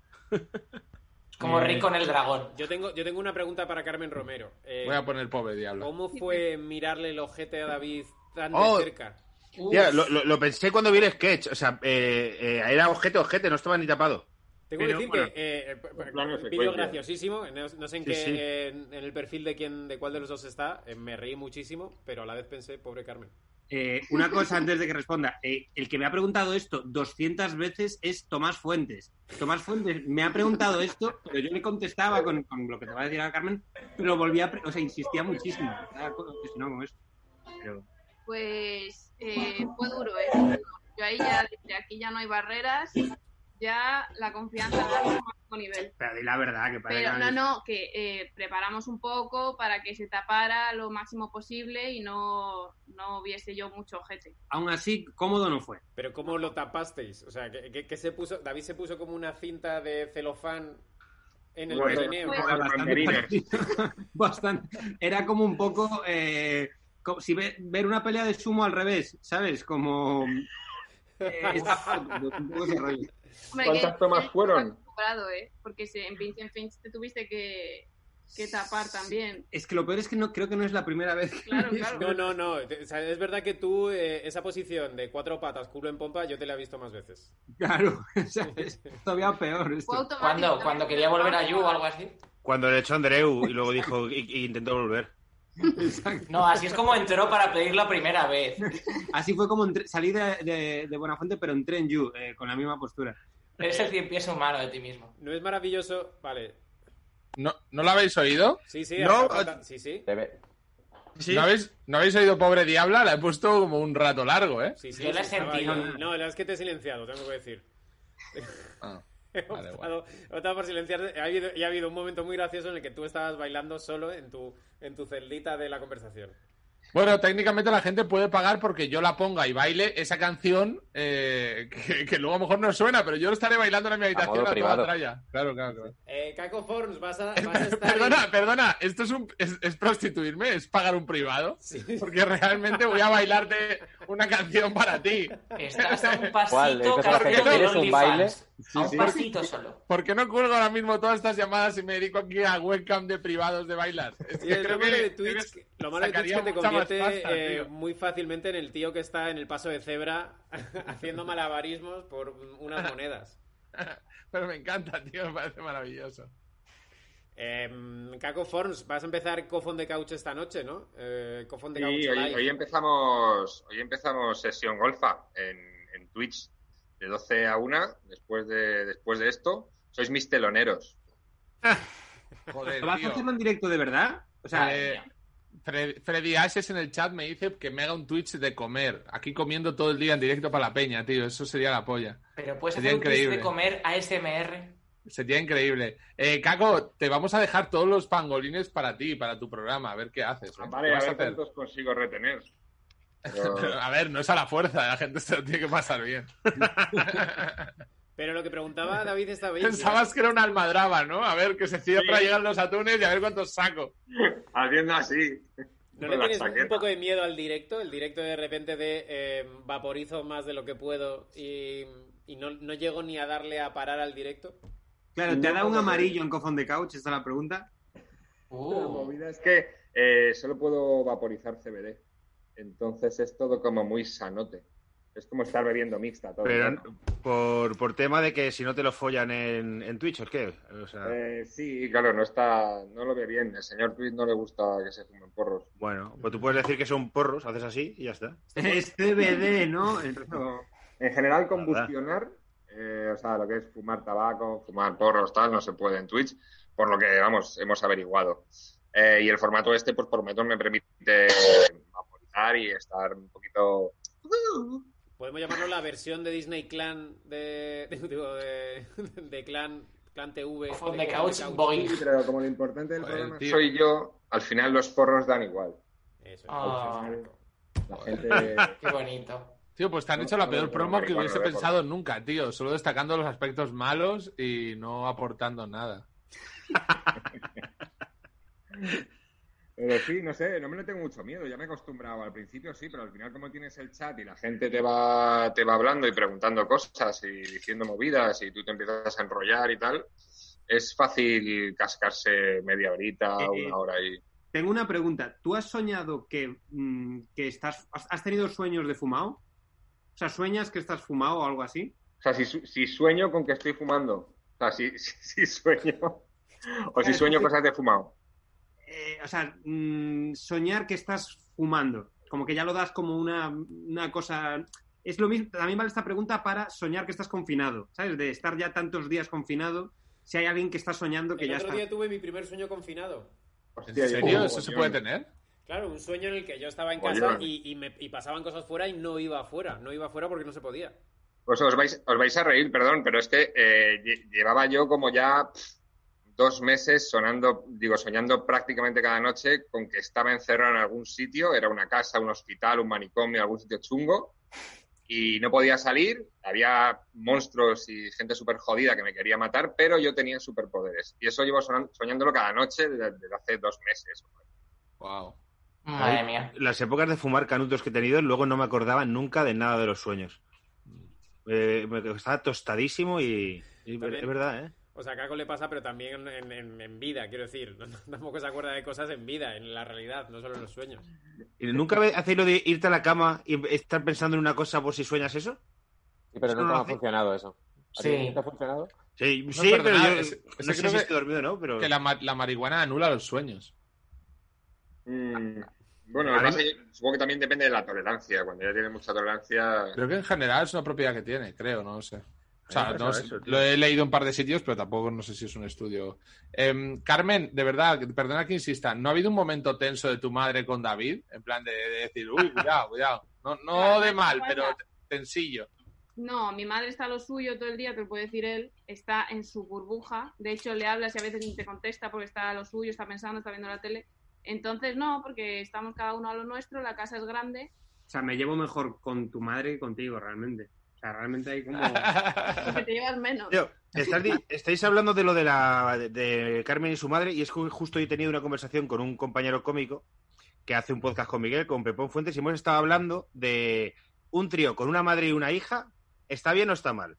[SPEAKER 8] Como rico en el dragón.
[SPEAKER 1] Yo tengo, yo tengo una pregunta para Carmen Romero. Eh,
[SPEAKER 2] Voy a poner pobre Diabla.
[SPEAKER 1] ¿Cómo fue mirarle el ojete a David tan de
[SPEAKER 3] Oh.
[SPEAKER 1] cerca?
[SPEAKER 8] Uf,
[SPEAKER 3] Tía, lo, lo- lo pensé cuando vi el sketch. O sea, eh, eh, era ojete, ojete, no estaba ni tapado.
[SPEAKER 1] Tengo que
[SPEAKER 3] Pero,
[SPEAKER 1] decir
[SPEAKER 3] bueno,
[SPEAKER 1] que eh, eh, p- p-
[SPEAKER 4] plano de
[SPEAKER 1] un vídeo
[SPEAKER 4] secuencia.
[SPEAKER 1] graciosísimo, no, no sé en,
[SPEAKER 3] Sí,
[SPEAKER 1] qué,
[SPEAKER 3] sí.
[SPEAKER 1] En, en el perfil de quién, de cuál de los dos está, eh, me reí muchísimo, pero a la vez pensé, pobre Carmen.
[SPEAKER 5] Eh, una cosa antes de que responda. Eh, el que me ha preguntado esto 200 veces es Tomás Fuentes. Tomás Fuentes me ha preguntado esto, pero yo le contestaba con, con lo que te va a decir ahora Carmen, pero volvía a... pre- O sea, insistía muchísimo. Estaba co- obsesionado con esto. Pero-
[SPEAKER 7] Pues eh, fue duro, ¿eh? Yo ahí ya dije, aquí ya no hay barreras, ya la confianza está al máximo nivel.
[SPEAKER 5] pero di la verdad, que para
[SPEAKER 7] Pero
[SPEAKER 5] que-
[SPEAKER 7] no, no, que eh, preparamos un poco para que se tapara lo máximo posible y no, no hubiese yo mucho ojete.
[SPEAKER 5] Aún así, cómodo no fue.
[SPEAKER 1] Pero ¿cómo lo tapasteis? O sea, ¿qué, qué- qué se puso? David se puso como una cinta de celofán en el
[SPEAKER 4] Bueno,
[SPEAKER 1] perineo.
[SPEAKER 7] Pues-
[SPEAKER 4] Con
[SPEAKER 5] Bastante,
[SPEAKER 4] banderines.
[SPEAKER 5] parecido. Bastante. Era como un poco... eh, co- si ve- ver una pelea de sumo al revés, ¿sabes? Como... eh, esta foto, un poco ese rollo.
[SPEAKER 7] Hombre,
[SPEAKER 4] ¿Cuántas tomas
[SPEAKER 7] que-
[SPEAKER 4] fueron?
[SPEAKER 7] Comprado, ¿eh? Porque se- en Pinch and Finch te tuviste que, que tapar también.
[SPEAKER 5] Es que lo peor es que no creo que no es la primera vez. que
[SPEAKER 7] Claro,
[SPEAKER 5] lo
[SPEAKER 7] claro.
[SPEAKER 1] No, no, no. O sea, es verdad que tú, eh, esa posición de cuatro patas, culo en pompa, yo te la he visto más veces.
[SPEAKER 5] Claro, o sea, es todavía peor esto.
[SPEAKER 7] Fue automático.
[SPEAKER 8] Cuando, cuando Este, quería volver a Yu o algo así.
[SPEAKER 3] Cuando le echó Andreu y luego dijo, y, y intentó volver.
[SPEAKER 8] No, así es como entró para pedir la primera vez.
[SPEAKER 5] Así fue como entré- salí de, de, de Buenafuente, pero entré en You, eh, con la misma postura.
[SPEAKER 8] Eres el cien pies humano de ti mismo.
[SPEAKER 1] ¿No es maravilloso? Vale.
[SPEAKER 2] ¿No, ¿No lo habéis oído?
[SPEAKER 1] Sí, sí.
[SPEAKER 3] No,
[SPEAKER 1] hasta falta- Sí, sí.
[SPEAKER 6] Te ve-
[SPEAKER 2] ¿No, habéis, ¿No habéis oído pobre diabla? La he puesto como un rato largo, ¿eh?
[SPEAKER 1] Sí, sí,
[SPEAKER 8] Yo
[SPEAKER 1] sí,
[SPEAKER 8] la he
[SPEAKER 1] estaba
[SPEAKER 8] sentido.
[SPEAKER 1] ahí. No, la verdad es que te he silenciado, tengo que decir.
[SPEAKER 2] Ah,
[SPEAKER 1] He
[SPEAKER 2] Vale,
[SPEAKER 1] optado, he optado por silenciarte. Ha habido, y ha habido un momento muy gracioso en el que tú estabas bailando solo en tu, en tu celdita de la conversación.
[SPEAKER 2] Bueno, técnicamente la gente puede pagar porque yo la ponga y baile esa canción eh, que, que luego a lo mejor no suena, pero yo lo estaré bailando en mi habitación
[SPEAKER 6] modo
[SPEAKER 2] a toda
[SPEAKER 6] privado.
[SPEAKER 2] tralla. Claro, claro, claro.
[SPEAKER 1] Eh, Caco Forms, vas a, vas a estar...
[SPEAKER 2] Perdona,
[SPEAKER 1] en-
[SPEAKER 2] perdona, esto es, un, es, es prostituirme, es pagar un privado,
[SPEAKER 1] Sí.
[SPEAKER 2] porque realmente voy a bailarte una canción para ti.
[SPEAKER 8] Estás a un
[SPEAKER 6] ¿Cuál?
[SPEAKER 8] pasito,
[SPEAKER 6] Esto es
[SPEAKER 2] una
[SPEAKER 8] Castelo,
[SPEAKER 2] sección,
[SPEAKER 8] del
[SPEAKER 6] ¿es un
[SPEAKER 8] OnlyFans.
[SPEAKER 6] baile?
[SPEAKER 8] A un pasito solo.
[SPEAKER 2] ¿Por qué no cuelgo ahora mismo todas estas llamadas y me dedico aquí a webcam de privados de bailar? Es
[SPEAKER 1] Sí, es lo malo de
[SPEAKER 2] es
[SPEAKER 1] Twitch,
[SPEAKER 2] que
[SPEAKER 1] que- lo malo de Twitch
[SPEAKER 2] sacaría
[SPEAKER 1] que te
[SPEAKER 2] mucha más
[SPEAKER 1] convierte
[SPEAKER 2] pasta,
[SPEAKER 1] eh,
[SPEAKER 2] tío.
[SPEAKER 1] muy fácilmente en el tío que está en el paso de cebra haciendo malabarismos por unas monedas.
[SPEAKER 2] Pero me encanta, tío, me parece maravilloso.
[SPEAKER 1] Eh, Caco Forms, vas a empezar Cofón de Couch esta noche, ¿no? Eh, Cofón de
[SPEAKER 4] Sí,
[SPEAKER 1] Couch
[SPEAKER 4] hoy,
[SPEAKER 1] Live.
[SPEAKER 4] hoy em- empezamos, hoy empezamos sesión golfa en, en Twitch de 12 a 1 después de, después de esto. Sois mis teloneros.
[SPEAKER 2] Joder,
[SPEAKER 5] ¿Lo vas
[SPEAKER 2] tío.
[SPEAKER 5] a hacerlo en directo de verdad? O sea,
[SPEAKER 2] Eh, Fre- Freddy Ases en el chat me dice que me haga un Twitch de comer. Aquí comiendo todo el día en directo para la peña, tío. Eso sería la polla.
[SPEAKER 8] Pero puedes
[SPEAKER 2] Sería
[SPEAKER 8] hacer un twist
[SPEAKER 2] increíble.
[SPEAKER 8] de comer ASMR.
[SPEAKER 2] Sería increíble. Eh, Caco, te vamos a dejar todos los pangolines para ti, para tu programa, a ver qué haces. ¿eh?
[SPEAKER 4] Ah, Vale,
[SPEAKER 2] ¿Qué
[SPEAKER 4] a
[SPEAKER 2] vas a
[SPEAKER 4] ver
[SPEAKER 2] hacer?
[SPEAKER 4] cuántos consigo retener. Pero-
[SPEAKER 2] Pero, a ver, no es a la fuerza, la gente se lo tiene que pasar bien.
[SPEAKER 1] Pero lo que preguntaba David estaba bien.
[SPEAKER 2] Pensabas que era una almadraba, ¿no? A ver, que se cierra,
[SPEAKER 4] Sí.
[SPEAKER 2] llegan los atunes y a ver cuántos saco.
[SPEAKER 4] haciendo así.
[SPEAKER 1] ¿No
[SPEAKER 4] con
[SPEAKER 1] le
[SPEAKER 4] la
[SPEAKER 1] tienes
[SPEAKER 4] chaqueta.
[SPEAKER 1] un poco de em, miedo al directo? El directo de repente de eh, vaporizo más de lo que puedo y, y no, no llego ni a darle a parar al directo.
[SPEAKER 5] Claro, ¿te ha dado un amarillo en cofón de couch? Esa es la pregunta.
[SPEAKER 4] La
[SPEAKER 8] Uh,
[SPEAKER 4] movida es que eh, solo puedo vaporizar CBD. Entonces es todo como muy sanote. Es como estar bebiendo mixta todo. el
[SPEAKER 3] Pero
[SPEAKER 4] rato.
[SPEAKER 3] por, por tema de que si no te lo follan en, en Twitch, ¿o qué? O sea,
[SPEAKER 4] Eh, sí, claro, no está, no lo ve bien. El señor Twitch no le gusta que se fumen porros.
[SPEAKER 3] bueno, pues tú puedes decir que son porros, haces así y ya está.
[SPEAKER 5] Es CBD, ¿no? El-
[SPEAKER 4] No. En general, combustionar, eh, o sea, lo que es fumar tabaco, fumar porros, tal, no se puede en Twitch, por lo que, vamos, hemos averiguado. Eh, y el formato este, pues por método me permite vaporizar y estar un poquito...
[SPEAKER 1] Podemos llamarlo la versión de Disney Clan de. de- digo, de, de Clan, Clan TV.
[SPEAKER 8] Cofón
[SPEAKER 1] de
[SPEAKER 8] de couch, boy.
[SPEAKER 4] pero como lo importante del
[SPEAKER 2] Joder,
[SPEAKER 4] programa
[SPEAKER 2] tío.
[SPEAKER 4] soy yo, al final los porros dan igual.
[SPEAKER 1] Eso es.
[SPEAKER 8] Ah.
[SPEAKER 4] La
[SPEAKER 2] Joder.
[SPEAKER 4] gente...
[SPEAKER 8] qué bonito.
[SPEAKER 2] Tío, pues te han
[SPEAKER 4] No,
[SPEAKER 2] hecho la
[SPEAKER 4] no,
[SPEAKER 2] peor
[SPEAKER 4] no,
[SPEAKER 2] promo que
[SPEAKER 4] marihuana,
[SPEAKER 2] hubiese
[SPEAKER 4] no, no.
[SPEAKER 2] pensado nunca, tío. Solo destacando los aspectos malos y no aportando nada.
[SPEAKER 4] Pero sí, no sé, no me lo tengo mucho miedo, ya me he acostumbrado. Al principio sí, pero al final como tienes el chat y la gente te va, te va hablando y preguntando cosas y diciendo movidas y tú te empiezas a enrollar y tal, es fácil cascarse media horita,
[SPEAKER 5] Eh,
[SPEAKER 4] una hora y...
[SPEAKER 5] Tengo una pregunta. ¿Tú has soñado que, mm, que estás. Has, has tenido sueños de fumado? O sea, ¿sueñas que estás fumado o algo así?
[SPEAKER 4] O sea, si, su- si sueño con que estoy fumando, o sea, si, si, si sueño... O si sueño cosas de fumado.
[SPEAKER 5] Eh, o sea, mm, soñar que estás fumando. Como que ya lo das como una, una cosa. Es lo mismo. También vale esta pregunta para soñar que estás confinado. ¿Sabes? De estar ya tantos días confinado. Si hay alguien que está soñando que
[SPEAKER 1] El
[SPEAKER 5] ya
[SPEAKER 1] otro
[SPEAKER 5] está.
[SPEAKER 1] día tuve mi primer sueño confinado.
[SPEAKER 2] ¿En
[SPEAKER 4] Hostia, yo-
[SPEAKER 2] serio? ¿Eso se
[SPEAKER 4] Coño.
[SPEAKER 2] puede tener?
[SPEAKER 1] Claro, un sueño en el que yo estaba en
[SPEAKER 5] Pues
[SPEAKER 4] Oye.
[SPEAKER 1] casa y, y me, y pasaban cosas fuera y no iba afuera. No iba afuera porque no se podía.
[SPEAKER 4] Pues os vais, os vais a reír, perdón, pero es que eh, lle- llevaba yo como ya pf, dos meses sonando, digo, soñando prácticamente cada noche con que estaba encerrado en algún sitio, era una casa, un hospital, un manicomio, algún sitio chungo, y no podía salir, había monstruos y gente súper jodida que me quería matar, pero yo tenía superpoderes. Y eso llevo sonan- soñándolo cada noche desde, desde hace dos meses.
[SPEAKER 2] Wow.
[SPEAKER 8] Madre
[SPEAKER 3] Ahí-
[SPEAKER 8] mía.
[SPEAKER 3] Las épocas de fumar canutos que he tenido, luego no me acordaba nunca de nada de los sueños. Eh, me estaba tostadísimo y, y
[SPEAKER 1] También.
[SPEAKER 3] es verdad, ¿eh?
[SPEAKER 1] O sea, a Caco le pasa, pero también en, en- en vida, quiero decir. No- tampoco se acuerda de cosas en vida, en la realidad, no solo en los sueños.
[SPEAKER 3] ¿Y ¿Nunca ve- hacéis lo de irte a la cama y estar pensando en una cosa por si sueñas eso?
[SPEAKER 6] Sí, pero
[SPEAKER 3] Eso no
[SPEAKER 6] nunca
[SPEAKER 3] lo
[SPEAKER 6] me ha
[SPEAKER 3] hace.
[SPEAKER 6] funcionado eso. ¿A ti
[SPEAKER 8] Sí.
[SPEAKER 6] te ha funcionado?
[SPEAKER 3] Sí,
[SPEAKER 2] No,
[SPEAKER 3] sí pero
[SPEAKER 2] perdonad,
[SPEAKER 3] yo
[SPEAKER 2] es- es
[SPEAKER 3] no
[SPEAKER 2] que
[SPEAKER 3] sé
[SPEAKER 2] creo
[SPEAKER 3] si
[SPEAKER 2] que-
[SPEAKER 3] estoy dormido o no, pero...
[SPEAKER 2] Que la, ma- la marihuana anula los sueños.
[SPEAKER 4] Mm, bueno,
[SPEAKER 3] A
[SPEAKER 4] lo que
[SPEAKER 3] mí-
[SPEAKER 4] pasa es que supongo que también depende de la tolerancia. Cuando ya tienes mucha tolerancia,
[SPEAKER 2] Creo que en general es una propiedad que tiene, creo, no lo sé. O
[SPEAKER 3] A
[SPEAKER 2] sea,
[SPEAKER 3] mí me
[SPEAKER 2] no
[SPEAKER 3] pasa
[SPEAKER 2] sé,
[SPEAKER 3] eso, tío.
[SPEAKER 2] lo he leído en un par de sitios, pero tampoco no sé si es un estudio. Em, Carmen, de verdad, perdona que insista, ¿no ha habido un momento tenso de tu madre con David? En plan de, de decir, uy, cuidado, cuidado. No, no de mal, pero tensillo.
[SPEAKER 7] No, mi madre está a lo suyo todo el día, te lo puede decir él, está en su burbuja, de hecho le hablas y a veces ni te contesta porque está a lo suyo, está pensando, está viendo la tele. Entonces no, porque estamos cada uno a lo nuestro, la casa es grande.
[SPEAKER 5] O sea, me llevo mejor con tu madre que contigo, realmente. O sea, realmente hay como.
[SPEAKER 7] Porque te llevas menos.
[SPEAKER 3] Tío, estás di- estáis hablando de lo de, la, de, de Carmen y su madre y es que justo hoy he tenido una conversación con un compañero cómico que hace un podcast con Miguel, con Pepón Fuentes, y hemos estado hablando de un trío con una madre y una hija, ¿está bien o está mal?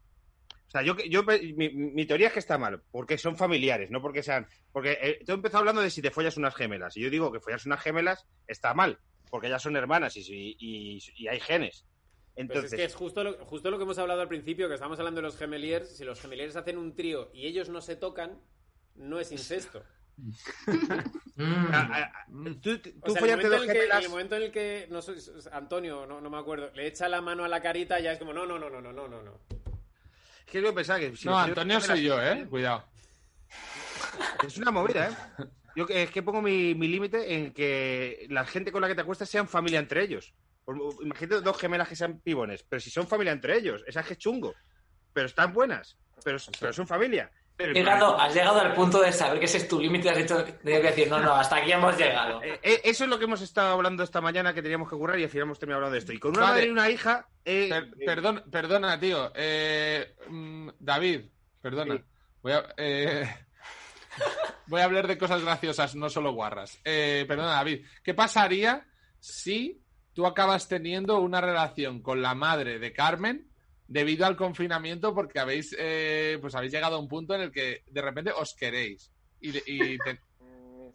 [SPEAKER 3] O sea, yo, yo mi, mi teoría es que está mal, porque son familiares, no porque sean... Porque eh, tú empezó hablando de si te follas unas gemelas, y yo digo que follas unas gemelas está mal, porque ellas son hermanas y, si- y, y hay genes.
[SPEAKER 1] Pues
[SPEAKER 3] Entonces,
[SPEAKER 1] es que es justo lo, justo lo que hemos hablado al principio, que estábamos hablando de los gemeliers. Si los gemeliers hacen un trío y ellos no se tocan, no es incesto.
[SPEAKER 8] Mm.
[SPEAKER 3] a- a- a- tú, tú
[SPEAKER 1] O sea, el
[SPEAKER 3] follarte
[SPEAKER 1] momento, en
[SPEAKER 3] dos
[SPEAKER 1] el que,
[SPEAKER 3] gemelas...
[SPEAKER 1] el momento en el que no sé, Antonio, no, no me acuerdo, le echa la mano a la carita, ya es como, no, no, no, no, no, no, no. no.
[SPEAKER 3] Es que yo pensaba que si
[SPEAKER 2] No,
[SPEAKER 3] los
[SPEAKER 2] Antonio
[SPEAKER 3] gemelas-
[SPEAKER 2] soy yo, ¿eh? Cuidado.
[SPEAKER 3] Es una movida, ¿eh? Yo que- es que pongo mi, mi límite en que la gente con la que te acuestas sean familia entre ellos. Por- Imagínate dos gemelas que sean pibones, pero si son familia entre ellos, esas que es chungo. Pero están buenas, pero, pero son familia. Pero
[SPEAKER 8] Has
[SPEAKER 3] el
[SPEAKER 8] llegado, has llegado al punto de saber que ese es tu límite, has hecho de decir, no, no, hasta aquí hemos llegado.
[SPEAKER 3] problema- eh, eh, eso es lo que hemos estado hablando esta mañana que teníamos que currar y al final hemos terminado hablando de esto. Y con una
[SPEAKER 2] Vale.
[SPEAKER 3] madre y una hija. eh,
[SPEAKER 2] Per-
[SPEAKER 3] eh,
[SPEAKER 2] perdón, perdona, tío. Eh, mm, David, perdona.
[SPEAKER 3] Sí.
[SPEAKER 2] Voy a, eh, voy a hablar de cosas graciosas, no solo guarras. Eh, perdona, David. ¿Qué pasaría si tú acabas teniendo una relación con la madre de Carmen debido al confinamiento porque habéis, eh, pues habéis llegado a un punto en el que de repente os queréis. Y, de- y te-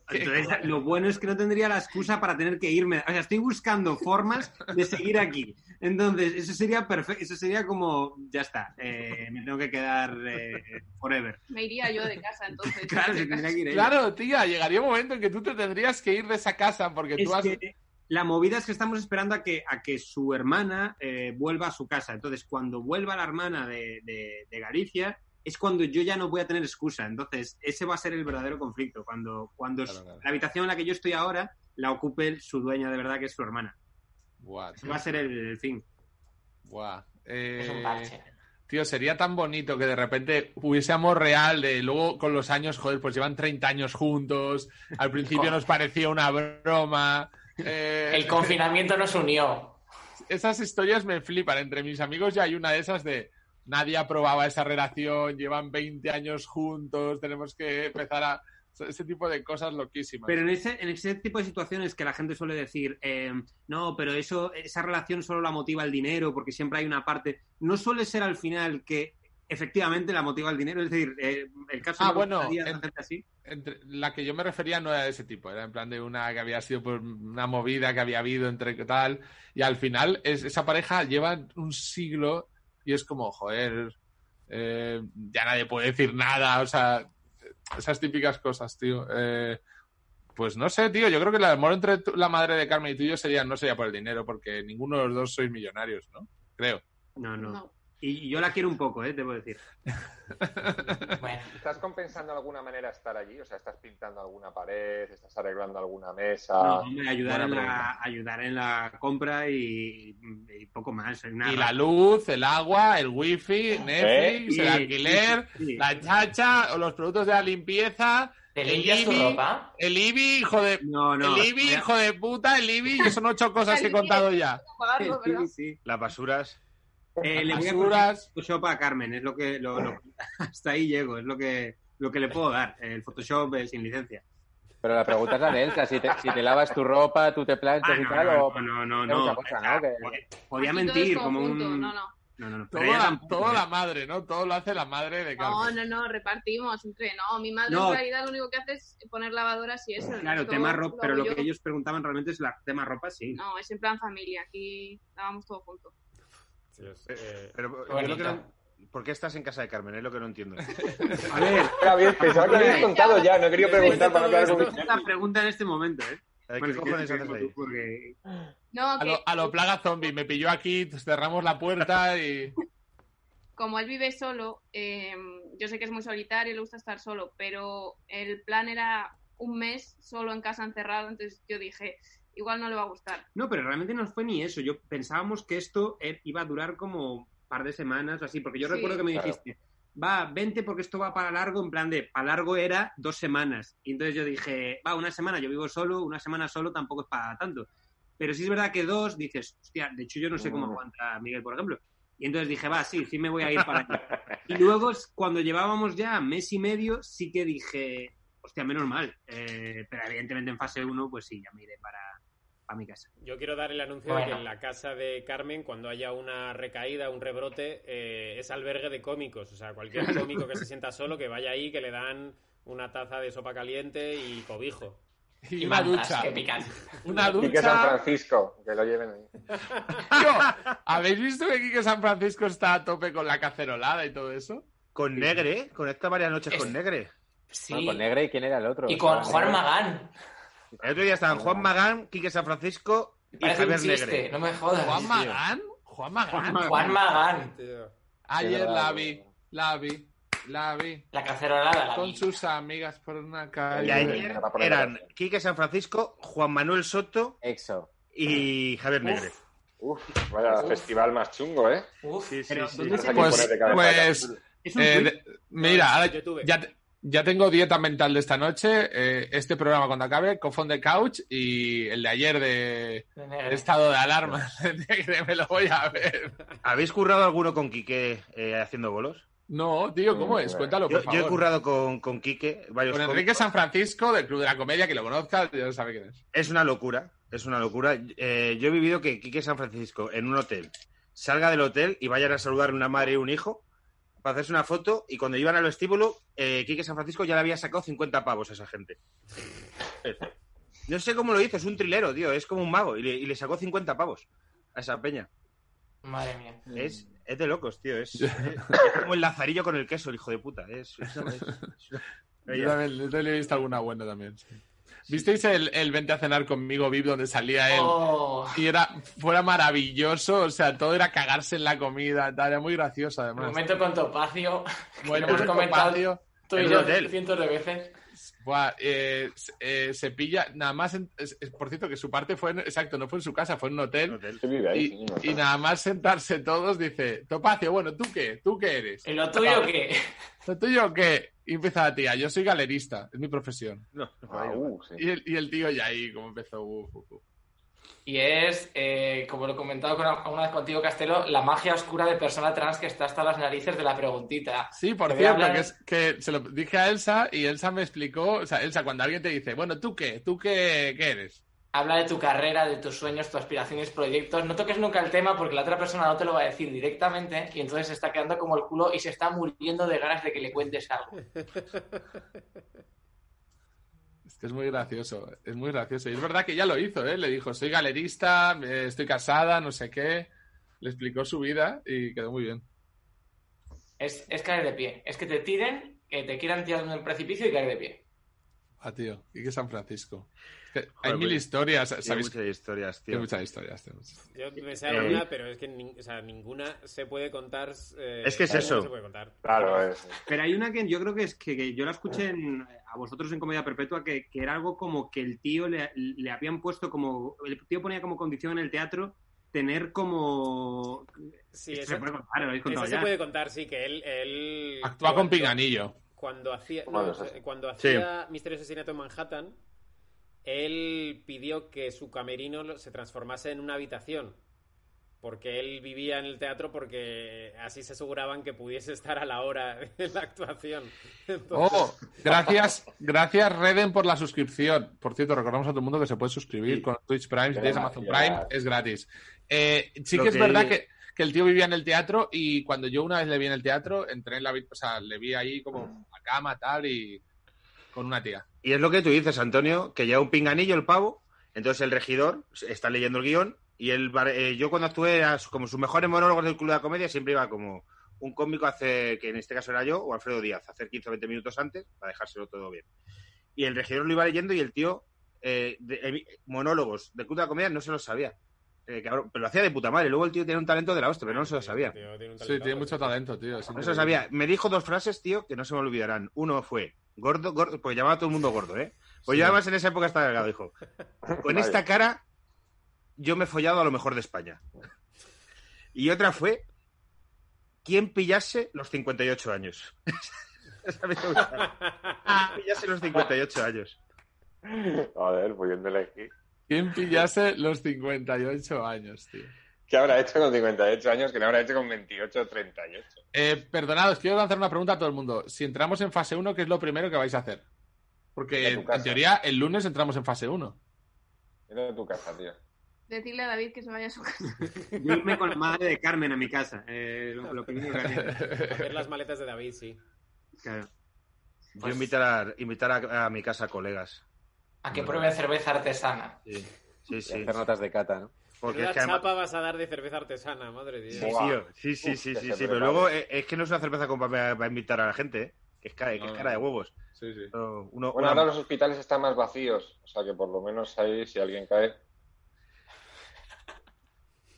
[SPEAKER 5] Entonces, lo bueno es que no tendría la excusa para tener que irme. O sea, estoy buscando formas de seguir aquí. Entonces, eso sería perfecto. Eso sería como, ya está, eh, me tengo que quedar eh, forever.
[SPEAKER 7] Me iría yo de casa entonces.
[SPEAKER 5] Claro, se tendría que ir. ella.
[SPEAKER 2] Claro, tía, llegaría un momento en que tú te tendrías que ir de esa casa porque
[SPEAKER 5] Es
[SPEAKER 2] tú has...
[SPEAKER 5] que la movida es que estamos esperando a que, a que su hermana eh, vuelva a su casa. Entonces, cuando vuelva la hermana de, de- de Galicia, es cuando yo ya no voy a tener excusa. Entonces, ese va a ser el verdadero conflicto. Cuando, cuando
[SPEAKER 2] Claro, claro.
[SPEAKER 5] la habitación en la que yo estoy ahora la ocupe su dueña de verdad, que es su hermana.
[SPEAKER 2] Buah,
[SPEAKER 5] Ese
[SPEAKER 2] tío,
[SPEAKER 5] va a ser el, el fin.
[SPEAKER 2] buah. Eh,
[SPEAKER 8] Es un parche.
[SPEAKER 2] Tío, sería tan bonito que de repente hubiese amor real de luego con los años, joder, pues llevan 30 años juntos, al principio nos parecía una broma. eh,
[SPEAKER 8] El confinamiento nos unió.
[SPEAKER 2] esas historias me flipan. Entre mis amigos ya hay una de esas de nadie aprobaba esa relación, llevan 20 años juntos, tenemos que empezar a... Ese tipo de cosas loquísimas.
[SPEAKER 5] Pero en ese, en ese tipo de situaciones que la gente suele decir, eh, no, pero eso, esa relación solo la motiva el dinero, porque siempre hay una parte. No suele ser al final que efectivamente la motiva el dinero. Es decir, eh, el caso
[SPEAKER 2] Ah,
[SPEAKER 5] de
[SPEAKER 2] bueno,
[SPEAKER 5] Rosalía, la
[SPEAKER 2] en-
[SPEAKER 5] gente así.
[SPEAKER 2] Entre- la que yo me refería no era de ese tipo, era en plan de una que había sido pues, una movida que había habido entre tal, y al final es- esa pareja lleva un siglo y es como, joder, eh, ya nadie puede decir nada, o sea, esas típicas cosas, tío. Eh, pues no sé, tío, yo creo que el amor entre tú- la madre de Carmen y tuyo sería, no sería por el dinero, porque ninguno de los dos sois millonarios, ¿no? Creo.
[SPEAKER 5] No, no.
[SPEAKER 7] No.
[SPEAKER 5] Y y yo la quiero un poco, eh, debo decir.
[SPEAKER 8] Bueno,
[SPEAKER 4] ¿Estás compensando de alguna manera estar allí? O sea, ¿estás pintando alguna pared? ¿Estás arreglando alguna mesa?
[SPEAKER 5] No, hombre, ayudar,
[SPEAKER 2] buena
[SPEAKER 5] en la,
[SPEAKER 2] pregunta.
[SPEAKER 5] ayudar en la compra y, y poco más. Una
[SPEAKER 2] Y la luz, el agua, el wifi, Netflix,
[SPEAKER 5] Sí,
[SPEAKER 2] el alquiler,
[SPEAKER 5] sí, sí.
[SPEAKER 2] La chacha, o los productos de la limpieza,
[SPEAKER 8] ¿te
[SPEAKER 2] El
[SPEAKER 8] limpias tu
[SPEAKER 2] Ibi-
[SPEAKER 8] ropa?
[SPEAKER 2] el IBI, hijo de,
[SPEAKER 5] No, no.
[SPEAKER 2] el IBI,
[SPEAKER 5] voy a-
[SPEAKER 2] hijo de puta, el IBI, y son ocho cosas que he contado ya.
[SPEAKER 7] Pagarlo, ¿verdad?
[SPEAKER 5] Sí, sí.
[SPEAKER 3] Las basuras.
[SPEAKER 5] Eh, le voy a poner
[SPEAKER 2] Basuras.
[SPEAKER 5] Photoshop a Carmen, es lo que lo- lo- hasta ahí llego, es lo que lo que le puedo dar, el Photoshop eh, sin licencia.
[SPEAKER 6] Pero la pregunta es la de Elsa, si te, si te lavas tu ropa, tú te planchas
[SPEAKER 5] Ah,
[SPEAKER 6] y
[SPEAKER 5] no,
[SPEAKER 6] tal,
[SPEAKER 5] no,
[SPEAKER 6] o...
[SPEAKER 5] no, no,
[SPEAKER 6] es otra
[SPEAKER 5] no,
[SPEAKER 6] cosa, ¿no? Que-
[SPEAKER 5] Podía
[SPEAKER 7] Aquí todo
[SPEAKER 5] mentir
[SPEAKER 7] es
[SPEAKER 5] como un
[SPEAKER 7] conjunto, No, no.
[SPEAKER 5] No, no, no, pero
[SPEAKER 2] Todo
[SPEAKER 5] ella
[SPEAKER 2] la,
[SPEAKER 5] tampoco,
[SPEAKER 2] todo
[SPEAKER 5] ¿eh?
[SPEAKER 2] la madre, ¿no? Todo lo hace la madre de
[SPEAKER 7] No,
[SPEAKER 2] Carmen.
[SPEAKER 7] no, no, repartimos entre. No, mi madre
[SPEAKER 5] No.
[SPEAKER 7] en realidad lo único que hace es poner lavadoras y eso. el
[SPEAKER 5] Claro,
[SPEAKER 7] resto
[SPEAKER 5] tema ropa,
[SPEAKER 7] lo
[SPEAKER 5] pero
[SPEAKER 7] hago
[SPEAKER 5] lo que
[SPEAKER 7] yo.
[SPEAKER 5] ellos preguntaban realmente es la tema ropa, sí.
[SPEAKER 7] No, es en plan familia, aquí estábamos todos juntos.
[SPEAKER 1] Dios, eh,
[SPEAKER 3] Pero
[SPEAKER 8] Qué
[SPEAKER 3] yo lo que
[SPEAKER 8] bonito.
[SPEAKER 3] no- ¿Por qué estás en casa de Carmen? Es lo que no entiendo. Eh,
[SPEAKER 5] A ver,
[SPEAKER 4] pensaba que habías contado ya, no quería preguntar para no quedar
[SPEAKER 5] esta
[SPEAKER 4] como-
[SPEAKER 5] es la pregunta en este momento, ¿eh?
[SPEAKER 3] ¿Qué
[SPEAKER 5] Bueno,
[SPEAKER 3] cojones
[SPEAKER 5] que-
[SPEAKER 3] haces ahí?
[SPEAKER 5] porque-
[SPEAKER 7] No,
[SPEAKER 2] A
[SPEAKER 7] que
[SPEAKER 2] lo, a lo plaga zombie, me pilló aquí, cerramos la puerta y.
[SPEAKER 7] como él vive solo, eh, yo sé que es muy solitario, le gusta estar solo, pero el plan era un mes solo en casa encerrado, entonces yo dije, igual no le va a gustar.
[SPEAKER 5] No, pero realmente no fue ni eso. Yo pensábamos que esto eh, iba a durar como un par de semanas o así, porque yo
[SPEAKER 7] Sí,
[SPEAKER 5] recuerdo que me
[SPEAKER 6] claro.
[SPEAKER 5] dijiste, va, vente porque esto va para largo, en plan de, para largo era dos semanas. Y entonces yo dije, va, una semana, yo vivo solo, una semana solo tampoco es para tanto. Pero sí es verdad que dos, dices, hostia, de hecho yo no sé cómo
[SPEAKER 4] Mm.
[SPEAKER 5] aguanta Miguel, por ejemplo. Y entonces dije, va, sí, sí me voy a ir para allá. Y luego, es cuando llevábamos ya mes y medio, sí que dije, hostia, menos mal. Eh, pero evidentemente en fase uno, pues sí, ya me iré para, para mi casa.
[SPEAKER 1] yo quiero dar el anuncio de que
[SPEAKER 8] Bueno.
[SPEAKER 1] en la casa de Carmen, cuando haya una recaída, un rebrote, eh, es albergue de cómicos. O sea, cualquier cómico que se sienta solo, que vaya ahí, que le dan una taza de sopa caliente y cobijo.
[SPEAKER 2] y una
[SPEAKER 8] mantas
[SPEAKER 2] ducha.
[SPEAKER 8] Que pican.
[SPEAKER 2] Una
[SPEAKER 4] Y que San
[SPEAKER 2] ducha.
[SPEAKER 4] Francisco, que lo lleven ahí.
[SPEAKER 2] Tío, ¿Habéis visto que Quique San Francisco está a tope con la cacerolada y todo eso?
[SPEAKER 3] Con Negre, ¿eh? Conecta varias noches
[SPEAKER 8] Es-
[SPEAKER 3] con Negre.
[SPEAKER 8] Sí.
[SPEAKER 6] Bueno, pues con Negre y quién era el otro.
[SPEAKER 8] y con
[SPEAKER 6] Estaba
[SPEAKER 8] Juan
[SPEAKER 6] Negre.
[SPEAKER 8] Magán.
[SPEAKER 3] El otro día estaban
[SPEAKER 6] Oh.
[SPEAKER 3] Juan Magán, Quique San Francisco y
[SPEAKER 8] Parece un
[SPEAKER 3] Javier
[SPEAKER 8] chiste,
[SPEAKER 3] Negre.
[SPEAKER 8] no me jodas.
[SPEAKER 2] ¿Juan Magán? ¿Juan Magán?
[SPEAKER 8] Juan Magán.
[SPEAKER 1] Tío.
[SPEAKER 6] Es
[SPEAKER 2] Ayer
[SPEAKER 6] verdad,
[SPEAKER 2] la
[SPEAKER 6] tío.
[SPEAKER 2] vi, la vi, la vi.
[SPEAKER 8] La cacerolada. La
[SPEAKER 2] Con
[SPEAKER 8] vi.
[SPEAKER 2] sus amigas por una
[SPEAKER 3] Y
[SPEAKER 2] calle.
[SPEAKER 3] ayer
[SPEAKER 4] Para poner la
[SPEAKER 3] eran Quique San Francisco, Juan Manuel Soto
[SPEAKER 6] Exo.
[SPEAKER 3] y Javier Negre.
[SPEAKER 8] Uf,
[SPEAKER 4] Uf, vaya festival más chungo, ¿eh?
[SPEAKER 8] uf.
[SPEAKER 5] Pero,
[SPEAKER 3] sí.
[SPEAKER 5] ¿dónde se-
[SPEAKER 4] Hay que
[SPEAKER 2] Pues,
[SPEAKER 4] poner de cabeza.
[SPEAKER 2] pues,
[SPEAKER 5] Es un
[SPEAKER 2] eh,
[SPEAKER 5] tuit.
[SPEAKER 2] de- mira, ahora
[SPEAKER 1] YouTube.
[SPEAKER 2] ya, te- ya tengo dieta mental de esta noche. eh, este programa cuando acabe, Cofón de Couch y el de ayer de
[SPEAKER 8] De negro.
[SPEAKER 2] estado de alarma. de que me lo voy a ver.
[SPEAKER 3] ¿Habéis currado alguno con Quique eh, haciendo bolos?
[SPEAKER 2] No, tío, ¿cómo es? Cuéntalo,
[SPEAKER 3] Yo,
[SPEAKER 2] por
[SPEAKER 3] yo he
[SPEAKER 2] favor.
[SPEAKER 3] currado con, con Quique varios
[SPEAKER 2] Con Enrique
[SPEAKER 3] cómicos.
[SPEAKER 2] San Francisco, del Club de la Comedia, que lo conozca, ya sabe quién es.
[SPEAKER 3] Es una locura, es una locura. Eh, yo he vivido que Quique San Francisco en un hotel salga del hotel y vayan a saludar una madre y un hijo para hacerse una foto y cuando iban al vestíbulo, eh, Quique San Francisco ya le había sacado 50 pavos a esa gente. No sé cómo lo hizo, es un trilero, tío, es como un mago y le, y le sacó 50 pavos a esa peña.
[SPEAKER 8] Madre mía.
[SPEAKER 3] Es, es de locos, tío, es, es- es como el lazarillo con el queso, el hijo de puta. Es, es- es- es-
[SPEAKER 2] Yo también, yo también he visto alguna buena también. sí. ¿Visteis el, el Vente a cenar conmigo, VIP, donde salía él?
[SPEAKER 8] Oh,
[SPEAKER 2] Y era, fuera maravilloso, o sea, todo era cagarse en la comida, tal, era muy gracioso
[SPEAKER 8] el
[SPEAKER 2] además.
[SPEAKER 8] momento con Topacio.
[SPEAKER 2] Bueno, pues,
[SPEAKER 8] que hemos
[SPEAKER 2] con
[SPEAKER 8] comentado.
[SPEAKER 2] Pacio,
[SPEAKER 8] Tú
[SPEAKER 3] En
[SPEAKER 8] y
[SPEAKER 3] un
[SPEAKER 8] yo
[SPEAKER 3] hotel.
[SPEAKER 8] cientos de veces.
[SPEAKER 2] buah, eh, se- eh, se pilla, nada más, en- es- es- por cierto, que su parte fue, en- exacto, no fue en su casa, fue en un
[SPEAKER 3] es un
[SPEAKER 2] hotel.
[SPEAKER 3] hotel.
[SPEAKER 9] Se vive ahí. sí,
[SPEAKER 2] Y,
[SPEAKER 9] no
[SPEAKER 2] y
[SPEAKER 9] está.
[SPEAKER 2] nada más sentarse todos, dice, Topacio, bueno, ¿tú qué? ¿Tú qué eres?
[SPEAKER 8] ¿Y lo tuyo qué?
[SPEAKER 2] ¿Lo tuyo qué? Y empieza la tía, yo soy galerista, es mi profesión.
[SPEAKER 3] No, no,
[SPEAKER 9] Ah,
[SPEAKER 3] no.
[SPEAKER 9] uh, sí.
[SPEAKER 2] Y el, y el tío ya ahí, como empezó, "Uf, uf, uf".
[SPEAKER 8] Y es, eh, como lo he comentado con, alguna vez contigo, Castelo, la magia oscura de persona trans que está hasta las narices de la preguntita.
[SPEAKER 2] Sí, por
[SPEAKER 8] Te voy a
[SPEAKER 2] cierto,
[SPEAKER 8] hablar-
[SPEAKER 2] que, es- que se lo dije a Elsa y Elsa me explicó, o sea, Elsa, cuando alguien te dice, bueno, ¿tú qué? ¿Tú qué, qué eres?
[SPEAKER 8] Habla de tu carrera, de tus sueños, tus aspiraciones, proyectos. No toques nunca el tema porque la otra persona no te lo va a decir directamente y entonces se está quedando como el culo y se está muriendo de ganas de que le cuentes algo.
[SPEAKER 2] Es que es muy gracioso, es muy gracioso. Y es verdad que ya lo hizo, ¿eh? Le dijo, soy galerista, eh, estoy casada, no sé qué. Le explicó su vida y quedó muy bien.
[SPEAKER 8] Es, es caer de pie. Es que te tiren, que te quieran tirar de un precipicio y caer de pie.
[SPEAKER 2] Ah, tío, y que San Francisco. Es que hay
[SPEAKER 3] Joder,
[SPEAKER 2] mil
[SPEAKER 3] güey.
[SPEAKER 2] historias,
[SPEAKER 3] Tiene
[SPEAKER 2] ¿sabéis?
[SPEAKER 3] muchas historias,
[SPEAKER 2] Hay
[SPEAKER 3] tío.
[SPEAKER 2] muchas historias. tío, muchas.
[SPEAKER 1] Yo me sé
[SPEAKER 3] Eh,
[SPEAKER 1] alguna, pero es que nin- o sea, ninguna se puede contar. eh,
[SPEAKER 3] Es que es
[SPEAKER 1] ninguna
[SPEAKER 3] eso.
[SPEAKER 1] se puede contar.
[SPEAKER 9] Claro,
[SPEAKER 6] eh.
[SPEAKER 9] es.
[SPEAKER 5] Pero hay una que yo creo que es que, que yo la escuché en- eh, a vosotros en Comedia Perpetua, que, que era algo como que el tío le, le habían puesto como. El tío ponía como condición en el teatro tener como.
[SPEAKER 1] Sí,
[SPEAKER 5] Esto
[SPEAKER 1] eso,
[SPEAKER 5] se puede contar, lo habéis
[SPEAKER 1] eso
[SPEAKER 5] contado
[SPEAKER 1] se
[SPEAKER 5] ya.
[SPEAKER 1] puede contar, sí, que él. él
[SPEAKER 2] Actúa con
[SPEAKER 1] cuando-
[SPEAKER 2] pinganillo.
[SPEAKER 1] Cuando hacía, no,
[SPEAKER 9] Bueno,
[SPEAKER 1] o sea,
[SPEAKER 9] eso sí.
[SPEAKER 1] cuando
[SPEAKER 3] Sí.
[SPEAKER 1] hacía Misterio Asesinato en Manhattan, él pidió que su camerino lo- se transformase en una habitación. Porque él vivía en el teatro porque así se aseguraban que pudiese estar a la hora de la actuación. Entonces,
[SPEAKER 2] Oh, gracias, gracias Reden por la suscripción. Por cierto, recordamos a todo el mundo que se puede suscribir
[SPEAKER 3] Sí.
[SPEAKER 2] con Twitch Prime, si tienes Amazon
[SPEAKER 9] Gracias.
[SPEAKER 2] Prime, es gratis. Eh, sí
[SPEAKER 3] Lo
[SPEAKER 2] que es
[SPEAKER 3] que-
[SPEAKER 2] verdad que, que el tío vivía en el teatro y cuando yo una vez le vi en el teatro, entré en la habi- o sea, le vi ahí como en la cama, tal, y con una tía.
[SPEAKER 3] Y es lo que tú dices, Antonio, que lleva un pinganillo el pavo, entonces el regidor está leyendo el guión y él, va- eh, yo cuando actué era su- como sus mejores monólogos del Club de la Comedia, siempre iba como un cómico hace, que en este caso era yo, o Alfredo Díaz, hacer 15 o 20 minutos antes para dejárselo todo bien. Y el regidor lo iba leyendo y el tío, eh, de- eh, monólogos del Club de la Comedia no se los sabía. Eh, cabrón, pero lo hacía de puta madre, luego el tío tenía un talento de la hostia, pero no se lo sabía.
[SPEAKER 1] Tío, un
[SPEAKER 2] Sí,
[SPEAKER 1] talento,
[SPEAKER 2] tiene mucho talento, tío. es
[SPEAKER 3] No se lo
[SPEAKER 2] increíble.
[SPEAKER 3] sabía. Me dijo dos frases, tío, que no se me olvidarán. Uno fue, gordo, gordo, porque llamaba a todo el mundo gordo, ¿eh? Pues
[SPEAKER 2] Sí.
[SPEAKER 3] yo además en esa época estaba delgado, dijo. Con
[SPEAKER 9] Vale.
[SPEAKER 3] esta cara, yo me he follado a lo mejor de España. Y otra fue, ¿quién pillase los 58 años? Esa me hizo gustar. ¿Quién pillase los 58 años?
[SPEAKER 9] Joder,
[SPEAKER 4] pues
[SPEAKER 9] pudiéndole aquí.
[SPEAKER 2] ¿Quién pillase los 58 años, tío?
[SPEAKER 4] ¿Qué habrá hecho con 58 años que no habrá hecho con 28 o 38?
[SPEAKER 2] Eh, perdonad, os quiero lanzar una pregunta a todo el mundo. Si entramos en fase 1, ¿qué es lo primero que vais a hacer? Porque
[SPEAKER 9] A tu
[SPEAKER 2] en
[SPEAKER 9] casa.
[SPEAKER 2] teoría el lunes entramos en fase 1.
[SPEAKER 9] Mira tu casa, tío.
[SPEAKER 7] Decirle a David que se vaya a su casa.
[SPEAKER 5] Yo irme con la madre de Carmen a mi casa. eh, lo, lo primero que haría.
[SPEAKER 1] Hacer las maletas de David, sí.
[SPEAKER 5] Claro.
[SPEAKER 3] Yo invitar, a, invitar a, a mi casa a colegas.
[SPEAKER 8] A que prueben cerveza artesana.
[SPEAKER 3] Sí, sí.
[SPEAKER 6] Y
[SPEAKER 3] sí.
[SPEAKER 6] hacer notas de cata, ¿no?
[SPEAKER 3] Porque
[SPEAKER 1] Menuda
[SPEAKER 3] es que además-
[SPEAKER 1] chapa vas a dar de cerveza artesana, madre de Dios.
[SPEAKER 3] Sí,
[SPEAKER 9] Buah.
[SPEAKER 3] tío. sí, sí,
[SPEAKER 9] Uf,
[SPEAKER 3] sí,
[SPEAKER 9] qué
[SPEAKER 3] sí,
[SPEAKER 9] cerveza,
[SPEAKER 3] sí, pero luego eh, es que no es una cerveza con para, para invitar a la gente, ¿eh? que es cara, que es cara de huevos.
[SPEAKER 2] Sí, sí.
[SPEAKER 3] Pero Uno,
[SPEAKER 9] Bueno,
[SPEAKER 3] una-
[SPEAKER 9] ahora los hospitales están más vacíos. O sea que por lo menos ahí, si alguien cae.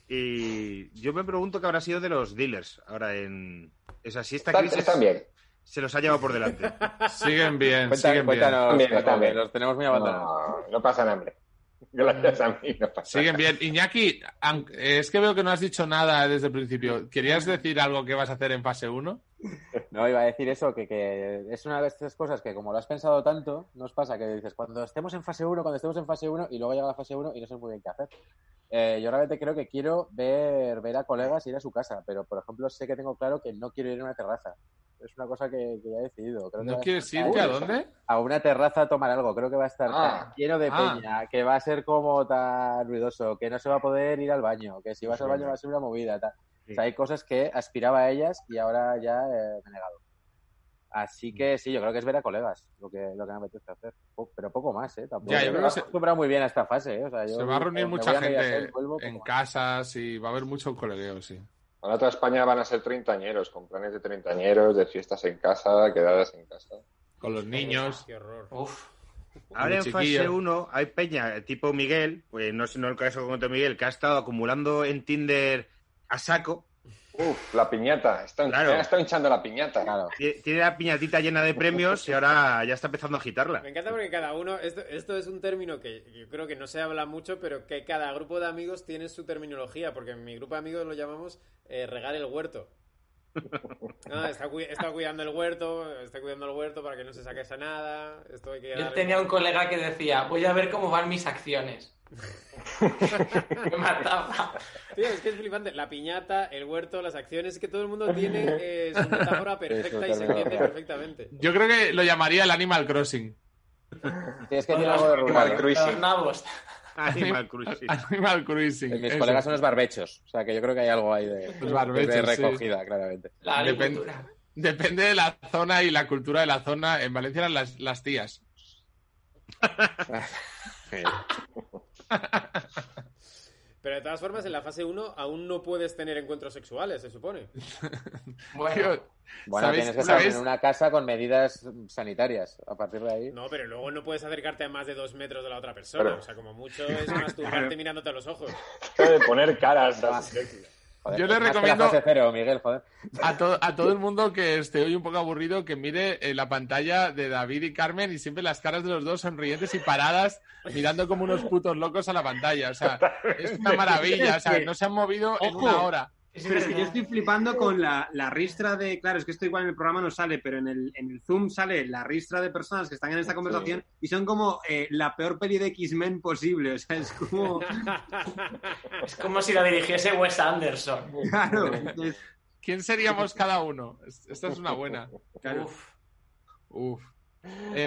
[SPEAKER 3] Y yo me pregunto qué habrá sido de los dealers ahora en... O sea, si esta
[SPEAKER 9] Están,
[SPEAKER 3] crisis
[SPEAKER 9] están bien.
[SPEAKER 3] se los ha llevado por delante.
[SPEAKER 2] Siguen bien,
[SPEAKER 6] Cuéntanos,
[SPEAKER 2] siguen bien.
[SPEAKER 6] cuéntanos,
[SPEAKER 9] Bien,
[SPEAKER 6] cuéntanos,
[SPEAKER 9] bien.
[SPEAKER 6] los tenemos muy abandonados.
[SPEAKER 9] No, no pasan hambre. Gracias a mí no pasa
[SPEAKER 2] Siguen bien. Iñaki, an- eh, es que veo que no has dicho nada desde el principio. ¿Querías decir algo que vas a hacer en fase 1?
[SPEAKER 6] No, iba a decir eso, que, que es una de estas cosas que como lo has pensado tanto, nos pasa que dices, cuando estemos en fase 1, cuando estemos en fase 1, y luego llega la fase 1 y no sé muy bien qué hacer. Eh, yo realmente creo que quiero ver, ver a colegas ir a su casa, pero por ejemplo sé que tengo claro que no quiero ir a una terraza. Es una cosa que, que ya he decidido. Creo que
[SPEAKER 2] ¿No
[SPEAKER 6] va a
[SPEAKER 2] quieres
[SPEAKER 6] estar
[SPEAKER 2] irte a
[SPEAKER 6] ahí.
[SPEAKER 2] dónde?
[SPEAKER 6] A una terraza a tomar algo. Creo que va a estar
[SPEAKER 9] Ah.
[SPEAKER 6] tan lleno de
[SPEAKER 2] Ah.
[SPEAKER 6] peña, que va a ser como tan ruidoso, que no se va a poder ir al baño, que si vas al baño va a ser una movida. tal. O sea, hay cosas que aspiraba a ellas y ahora ya eh, me he negado.
[SPEAKER 2] Mm.
[SPEAKER 6] Así que sí, yo creo que es ver a colegas lo que, lo que me apetece hacer. Po- pero poco más, ¿eh? Tampoco.
[SPEAKER 2] Ya, yo creo que
[SPEAKER 6] me he
[SPEAKER 2] se-
[SPEAKER 6] acostumbrado muy bien a esta fase, ¿eh? O sea, yo-
[SPEAKER 2] Se va a reunir
[SPEAKER 6] me
[SPEAKER 2] mucha
[SPEAKER 6] voy a
[SPEAKER 2] gente
[SPEAKER 6] Mediaset, vuelvo,
[SPEAKER 2] en
[SPEAKER 6] poco más.
[SPEAKER 2] casas y va a haber mucho colegueo, sí.
[SPEAKER 9] Ahora toda España van a ser treintañeros, con planes de treintañeros, de fiestas en casa, quedadas en casa.
[SPEAKER 2] Con los niños.
[SPEAKER 1] Qué horror.
[SPEAKER 8] Uf.
[SPEAKER 3] Ahora en
[SPEAKER 2] Muy
[SPEAKER 3] fase
[SPEAKER 2] chiquillo.
[SPEAKER 3] 1 hay peña eh, tipo Miguel, pues no sé, no el caso contra Miguel, que ha estado acumulando en Tinder a saco.
[SPEAKER 9] Uf, la piñata. Está, hinchando
[SPEAKER 3] Claro.
[SPEAKER 9] hinchando la piñata.
[SPEAKER 6] Claro.
[SPEAKER 3] Tie- Tiene la piñatita llena de premios y ahora ya está empezando a agitarla.
[SPEAKER 1] Me encanta porque cada uno, esto, esto es un término que yo creo que no se habla mucho, pero que cada grupo de amigos tiene su terminología, porque en mi grupo de amigos lo llamamos eh, regar el huerto. Ah, está, cui- está cuidando el huerto, está cuidando el huerto para que no se saque esa nada. Esto hay que
[SPEAKER 8] Yo
[SPEAKER 1] darle-
[SPEAKER 8] tenía un colega que decía, voy a ver cómo van mis acciones. Me mataba.
[SPEAKER 1] Tío, es que es flipante. La piñata, el huerto, las acciones, es que todo el mundo tiene eh, su metáfora perfecta y se entiende
[SPEAKER 6] terminología.
[SPEAKER 1] perfectamente.
[SPEAKER 2] Yo creo que lo llamaría el Animal Crossing.
[SPEAKER 6] Sí, es que tiene algo de ¿eh? rural.
[SPEAKER 9] Animal
[SPEAKER 8] Los-
[SPEAKER 9] Cruising.
[SPEAKER 8] los nabos.
[SPEAKER 3] Animal Cruising.
[SPEAKER 2] Animal Cruising.
[SPEAKER 6] Eh, Mis
[SPEAKER 2] eso.
[SPEAKER 6] colegas son los barbechos. O sea, que yo creo que hay algo ahí de,
[SPEAKER 2] Los barbechos,
[SPEAKER 6] de
[SPEAKER 2] sí.
[SPEAKER 6] recogida, claramente.
[SPEAKER 8] La
[SPEAKER 2] Depende.
[SPEAKER 8] agricultura.
[SPEAKER 2] Depende de la zona y la cultura de la zona. En Valencia eran las, las tías.
[SPEAKER 1] Pero de todas formas, en la fase 1 aún no puedes tener encuentros sexuales, se supone.
[SPEAKER 8] Bueno,
[SPEAKER 2] Tío,
[SPEAKER 6] Bueno,
[SPEAKER 2] ¿Sabéis-
[SPEAKER 6] tienes que estar
[SPEAKER 2] sabéis?
[SPEAKER 6] en una casa con medidas sanitarias. A partir de ahí.
[SPEAKER 1] No, pero luego no puedes acercarte a más de dos metros de la otra persona.
[SPEAKER 9] Claro.
[SPEAKER 1] O sea, como mucho es masturbarte mirándote a los ojos.
[SPEAKER 9] Esto de poner caras. ¿sabes?
[SPEAKER 6] Ah, Joder,
[SPEAKER 2] Yo le
[SPEAKER 6] más que la
[SPEAKER 2] recomiendo-
[SPEAKER 6] fase cero, Miguel, joder.
[SPEAKER 2] a, to- a todo el mundo que esté hoy un poco aburrido, que mire eh, la pantalla de David y Carmen y siempre las caras de los dos sonrientes y paradas, mirando como unos putos locos a la pantalla. O sea, es una maravilla. O sea, no se han movido en
[SPEAKER 5] Ojo.
[SPEAKER 2] una hora.
[SPEAKER 8] es
[SPEAKER 5] Pero es que yo
[SPEAKER 8] impresionante.
[SPEAKER 5] estoy flipando con la, la ristra de. Claro, es que esto igual en el programa no sale, pero en el, en el Zoom sale la ristra de personas que están en esta conversación y son como eh, la peor peli de X-Men posible. O sea, es como.
[SPEAKER 8] Es como si la dirigiese Wes Anderson.
[SPEAKER 5] Claro. es-
[SPEAKER 2] ¿Quién seríamos cada uno? Es- Esta es una buena.
[SPEAKER 5] claro.
[SPEAKER 8] Uf.
[SPEAKER 2] Uf. Eh,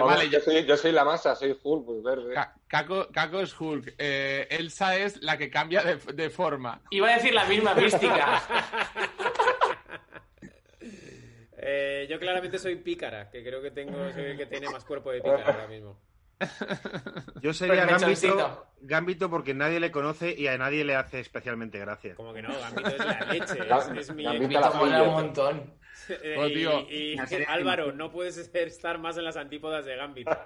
[SPEAKER 9] Hombre,
[SPEAKER 2] vale,
[SPEAKER 9] yo,
[SPEAKER 2] yo-
[SPEAKER 9] soy, yo soy la masa, soy Hulk, pues verde.
[SPEAKER 2] Ca- Caco, Caco es Hulk. Eh, Elsa es la que cambia de, de forma.
[SPEAKER 8] Iba a decir la misma mística.
[SPEAKER 1] Eh, yo claramente soy pícara, que creo que tengo, soy el que tiene más cuerpo de pícara ahora mismo.
[SPEAKER 3] Yo sería
[SPEAKER 8] Pues
[SPEAKER 3] Gambito,
[SPEAKER 8] mechoncito.
[SPEAKER 3] Gambito porque nadie le conoce y a nadie le hace especialmente gracia.
[SPEAKER 1] Como que no, Gambito es la leche.
[SPEAKER 9] Gam-
[SPEAKER 1] Es, es mi.
[SPEAKER 9] Gambito
[SPEAKER 1] mi-
[SPEAKER 8] Me
[SPEAKER 9] la
[SPEAKER 8] mola
[SPEAKER 9] joya.
[SPEAKER 8] un montón.
[SPEAKER 1] eh,
[SPEAKER 2] Oh, tío.
[SPEAKER 1] y, y-
[SPEAKER 5] La serie
[SPEAKER 1] Álvaro, no puedes ser- estar más en las antípodas de Gambito.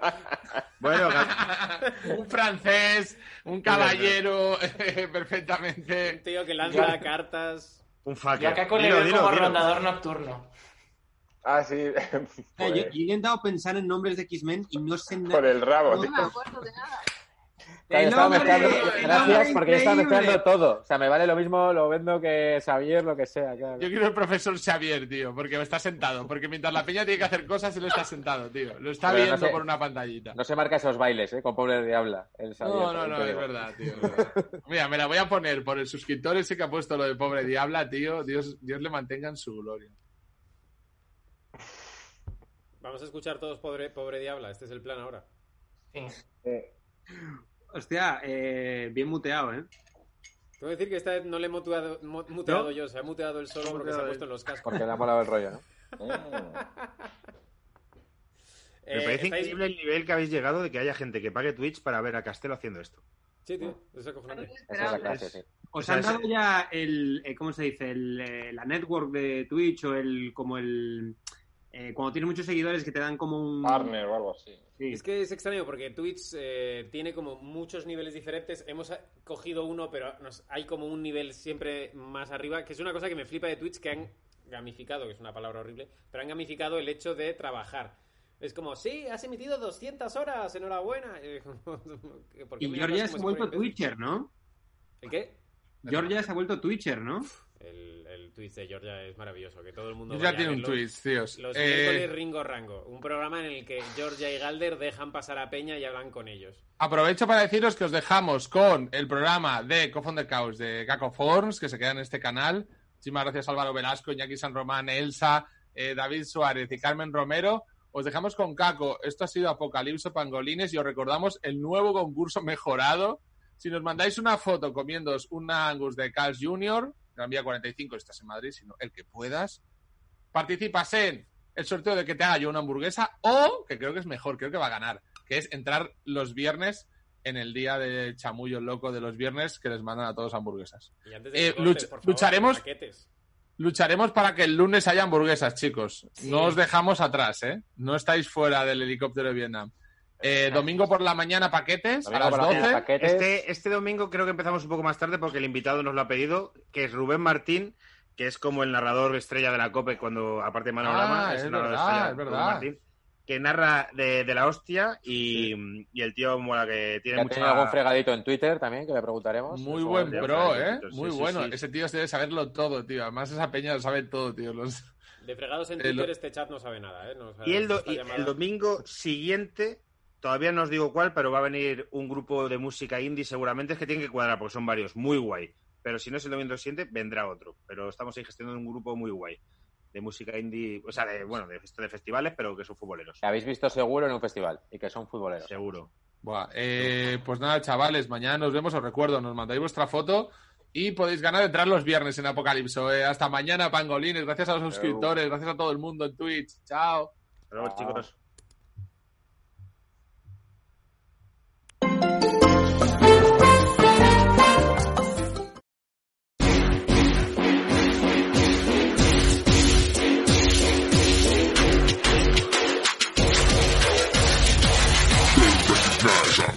[SPEAKER 3] Bueno, Gam-
[SPEAKER 2] un francés, un caballero, eh, perfectamente.
[SPEAKER 1] Un tío que lanza cartas.
[SPEAKER 3] un
[SPEAKER 8] Yo
[SPEAKER 3] fucker.
[SPEAKER 8] acá con
[SPEAKER 3] Dilo,
[SPEAKER 8] el
[SPEAKER 3] dilo,
[SPEAKER 8] como
[SPEAKER 3] dilo.
[SPEAKER 8] rondador nocturno.
[SPEAKER 9] Ah, sí.
[SPEAKER 5] O
[SPEAKER 2] Pues
[SPEAKER 5] sea, Ah, Eh, yo, yo
[SPEAKER 9] Joder,
[SPEAKER 5] he intentado pensar en nombres de X-Men y no sé
[SPEAKER 9] Por
[SPEAKER 5] nada.
[SPEAKER 9] el rabo,
[SPEAKER 7] No
[SPEAKER 9] tío.
[SPEAKER 7] me acuerdo de nada.
[SPEAKER 6] Claro, yo
[SPEAKER 5] El
[SPEAKER 6] estaba
[SPEAKER 5] hombre-
[SPEAKER 6] mezclando-
[SPEAKER 5] el
[SPEAKER 6] gracias,
[SPEAKER 5] hombre
[SPEAKER 6] porque yo estaba
[SPEAKER 5] increíble.
[SPEAKER 6] mezclando todo. O sea, me vale lo mismo, lo vendo que Xavier, lo que sea. claro.
[SPEAKER 2] Yo quiero el profesor Xavier, tío, porque está sentado. Porque mientras la peña tiene que hacer cosas, él está sentado, tío. Lo está
[SPEAKER 6] Pero no
[SPEAKER 2] viendo
[SPEAKER 6] sé.
[SPEAKER 2] por una pantallita.
[SPEAKER 6] No se marca esos bailes, ¿eh? Con pobre de habla. El Xavier,
[SPEAKER 2] No, no,
[SPEAKER 6] también
[SPEAKER 2] no,
[SPEAKER 6] te
[SPEAKER 2] es
[SPEAKER 6] digo.
[SPEAKER 2] verdad, tío. es verdad. Mira, me la voy a poner por el suscriptor ese que ha puesto lo de pobre diabla, tío. Dios, Dios le mantenga en su gloria.
[SPEAKER 1] Vamos a escuchar todos, pobre, pobre diabla. Este es el plan ahora.
[SPEAKER 8] Sí.
[SPEAKER 5] Hostia, eh, bien muteado, ¿eh?
[SPEAKER 1] Tengo que decir que esta vez no le he mutuado- mu- muteado
[SPEAKER 5] ¿No?
[SPEAKER 1] yo, se ha muteado el solo porque se ha puesto en los cascos.
[SPEAKER 6] Porque le ha molado el rollo, ¿no?
[SPEAKER 3] Me
[SPEAKER 1] Eh,
[SPEAKER 3] parece
[SPEAKER 1] ¿estáis-
[SPEAKER 3] increíble el nivel que habéis llegado de que haya gente que pague Twitch para ver a Castelo haciendo esto.
[SPEAKER 1] Sí, tío, es acojonante.
[SPEAKER 6] Esa es la
[SPEAKER 7] Esperaba.
[SPEAKER 6] clase, sí.
[SPEAKER 5] ¿Os
[SPEAKER 3] O sea,
[SPEAKER 5] han
[SPEAKER 3] es-
[SPEAKER 5] dado ya el, eh, ¿cómo se dice? El, eh, la network de Twitch o el, como el, eh, cuando tienes muchos seguidores que te dan como un...
[SPEAKER 9] Partner o algo así.
[SPEAKER 5] Sí.
[SPEAKER 1] Es que es extraño porque Twitch eh, tiene como muchos niveles diferentes. Hemos a- cogido uno, pero nos- hay como un nivel siempre más arriba, que es una cosa que me flipa de Twitch, que han gamificado, que es una palabra horrible, pero han gamificado el hecho de trabajar. Es como, sí, has emitido 200 horas, enhorabuena. Eh, como, ¿por qué
[SPEAKER 5] Y
[SPEAKER 1] me
[SPEAKER 5] Georgia
[SPEAKER 1] hablas
[SPEAKER 5] se
[SPEAKER 1] como
[SPEAKER 5] ha
[SPEAKER 1] si
[SPEAKER 5] vuelto
[SPEAKER 1] fuera imbécil?
[SPEAKER 5] Twitcher, ¿no?
[SPEAKER 1] ¿El qué?
[SPEAKER 5] Georgia se ha vuelto Twitcher, ¿no?
[SPEAKER 1] El, el Twitch de Georgia es maravilloso, que todo el mundo...
[SPEAKER 2] Ya
[SPEAKER 1] vaya a
[SPEAKER 2] tiene un
[SPEAKER 1] verlo.
[SPEAKER 2] tweet, tíos.
[SPEAKER 1] Los
[SPEAKER 2] Eh,
[SPEAKER 1] miércoles Ringo Rango, un programa en el que Georgia y Galder dejan pasar a Peña y hablan con ellos.
[SPEAKER 2] Aprovecho para deciros que os dejamos con el programa de Cofounder Chaos de Gaco Forms, que se queda en este canal. Muchísimas gracias Álvaro Velasco, Iñaki San Román, Elsa, eh, David Suárez y Carmen Romero. Os dejamos con Caco. Esto ha sido Apocalipso Pangolines y os recordamos el nuevo concurso mejorado. Si nos mandáis una foto comiéndoos una Angus de Carl Jr., Gran Vía 45, si estás en Madrid, sino el que puedas. Participas en el sorteo de que te haga yo una hamburguesa o, que creo que es mejor, creo que va a ganar, que es entrar los viernes en el día de chamullo loco de los viernes que les mandan a todos hamburguesas.
[SPEAKER 1] Y antes de que
[SPEAKER 2] Eh,
[SPEAKER 1] cortes,
[SPEAKER 2] lucha-
[SPEAKER 1] por favor,
[SPEAKER 2] lucharemos-
[SPEAKER 1] paquetes.
[SPEAKER 2] Lucharemos para que el lunes haya hamburguesas, chicos.
[SPEAKER 8] Sí.
[SPEAKER 2] No os dejamos atrás, ¿eh? No estáis fuera del helicóptero de Vietnam. Eh, domingo por la mañana paquetes,
[SPEAKER 6] Domingo
[SPEAKER 2] a
[SPEAKER 6] por la mañana,
[SPEAKER 2] las 12.
[SPEAKER 6] paquetes.
[SPEAKER 3] Este, este domingo creo que empezamos un poco más tarde porque el invitado nos lo ha pedido, que es Rubén Martín, que es como el narrador estrella de la COPE cuando, aparte de Manolo
[SPEAKER 2] Ah,
[SPEAKER 3] Lama,
[SPEAKER 2] es
[SPEAKER 3] el narrador
[SPEAKER 2] verdad,
[SPEAKER 3] estrella,
[SPEAKER 2] es
[SPEAKER 3] Rubén
[SPEAKER 2] verdad.
[SPEAKER 3] que narra de, de la hostia y, y el tío mola que tiene
[SPEAKER 6] Ya
[SPEAKER 3] mucha...
[SPEAKER 6] tenía algún fregadito en Twitter también que le preguntaremos.
[SPEAKER 2] Muy
[SPEAKER 6] Eso-
[SPEAKER 2] buen
[SPEAKER 3] ya,
[SPEAKER 2] pro,
[SPEAKER 3] ya,
[SPEAKER 2] ¿eh?
[SPEAKER 3] chicos, sí,
[SPEAKER 2] Muy
[SPEAKER 3] sí,
[SPEAKER 2] bueno.
[SPEAKER 3] sí.
[SPEAKER 2] Ese tío se debe saberlo todo, tío. Además, esa peña lo sabe todo, tío. Los...
[SPEAKER 1] De fregados en
[SPEAKER 2] Eh, lo-
[SPEAKER 1] Twitter, este chat no sabe nada, ¿eh? No sabe
[SPEAKER 3] Y el, do-
[SPEAKER 1] esta
[SPEAKER 3] y
[SPEAKER 1] llamada.
[SPEAKER 3] el domingo siguiente, todavía no os digo cuál, pero va a venir un grupo de música indie seguramente, es que tienen que cuadrar porque son varios, muy guay. Pero si no es el domingo siguiente, vendrá otro. Pero estamos ahí gestionando un grupo muy guay de música indie, o sea, de, bueno, de, esto de festivales, pero que son futboleros.
[SPEAKER 6] Que habéis visto seguro en un festival y que son futboleros.
[SPEAKER 3] Seguro.
[SPEAKER 2] Buah, eh, pues nada, chavales, mañana nos vemos, os recuerdo, nos mandáis vuestra foto y podéis ganar de entrar los viernes en Apocalipso. eh. Hasta mañana, pangolines. Gracias a los suscriptores, gracias a todo el mundo en Twitch. Chao.
[SPEAKER 3] Hasta luego,
[SPEAKER 6] Ah.
[SPEAKER 3] chicos.
[SPEAKER 10] Nice.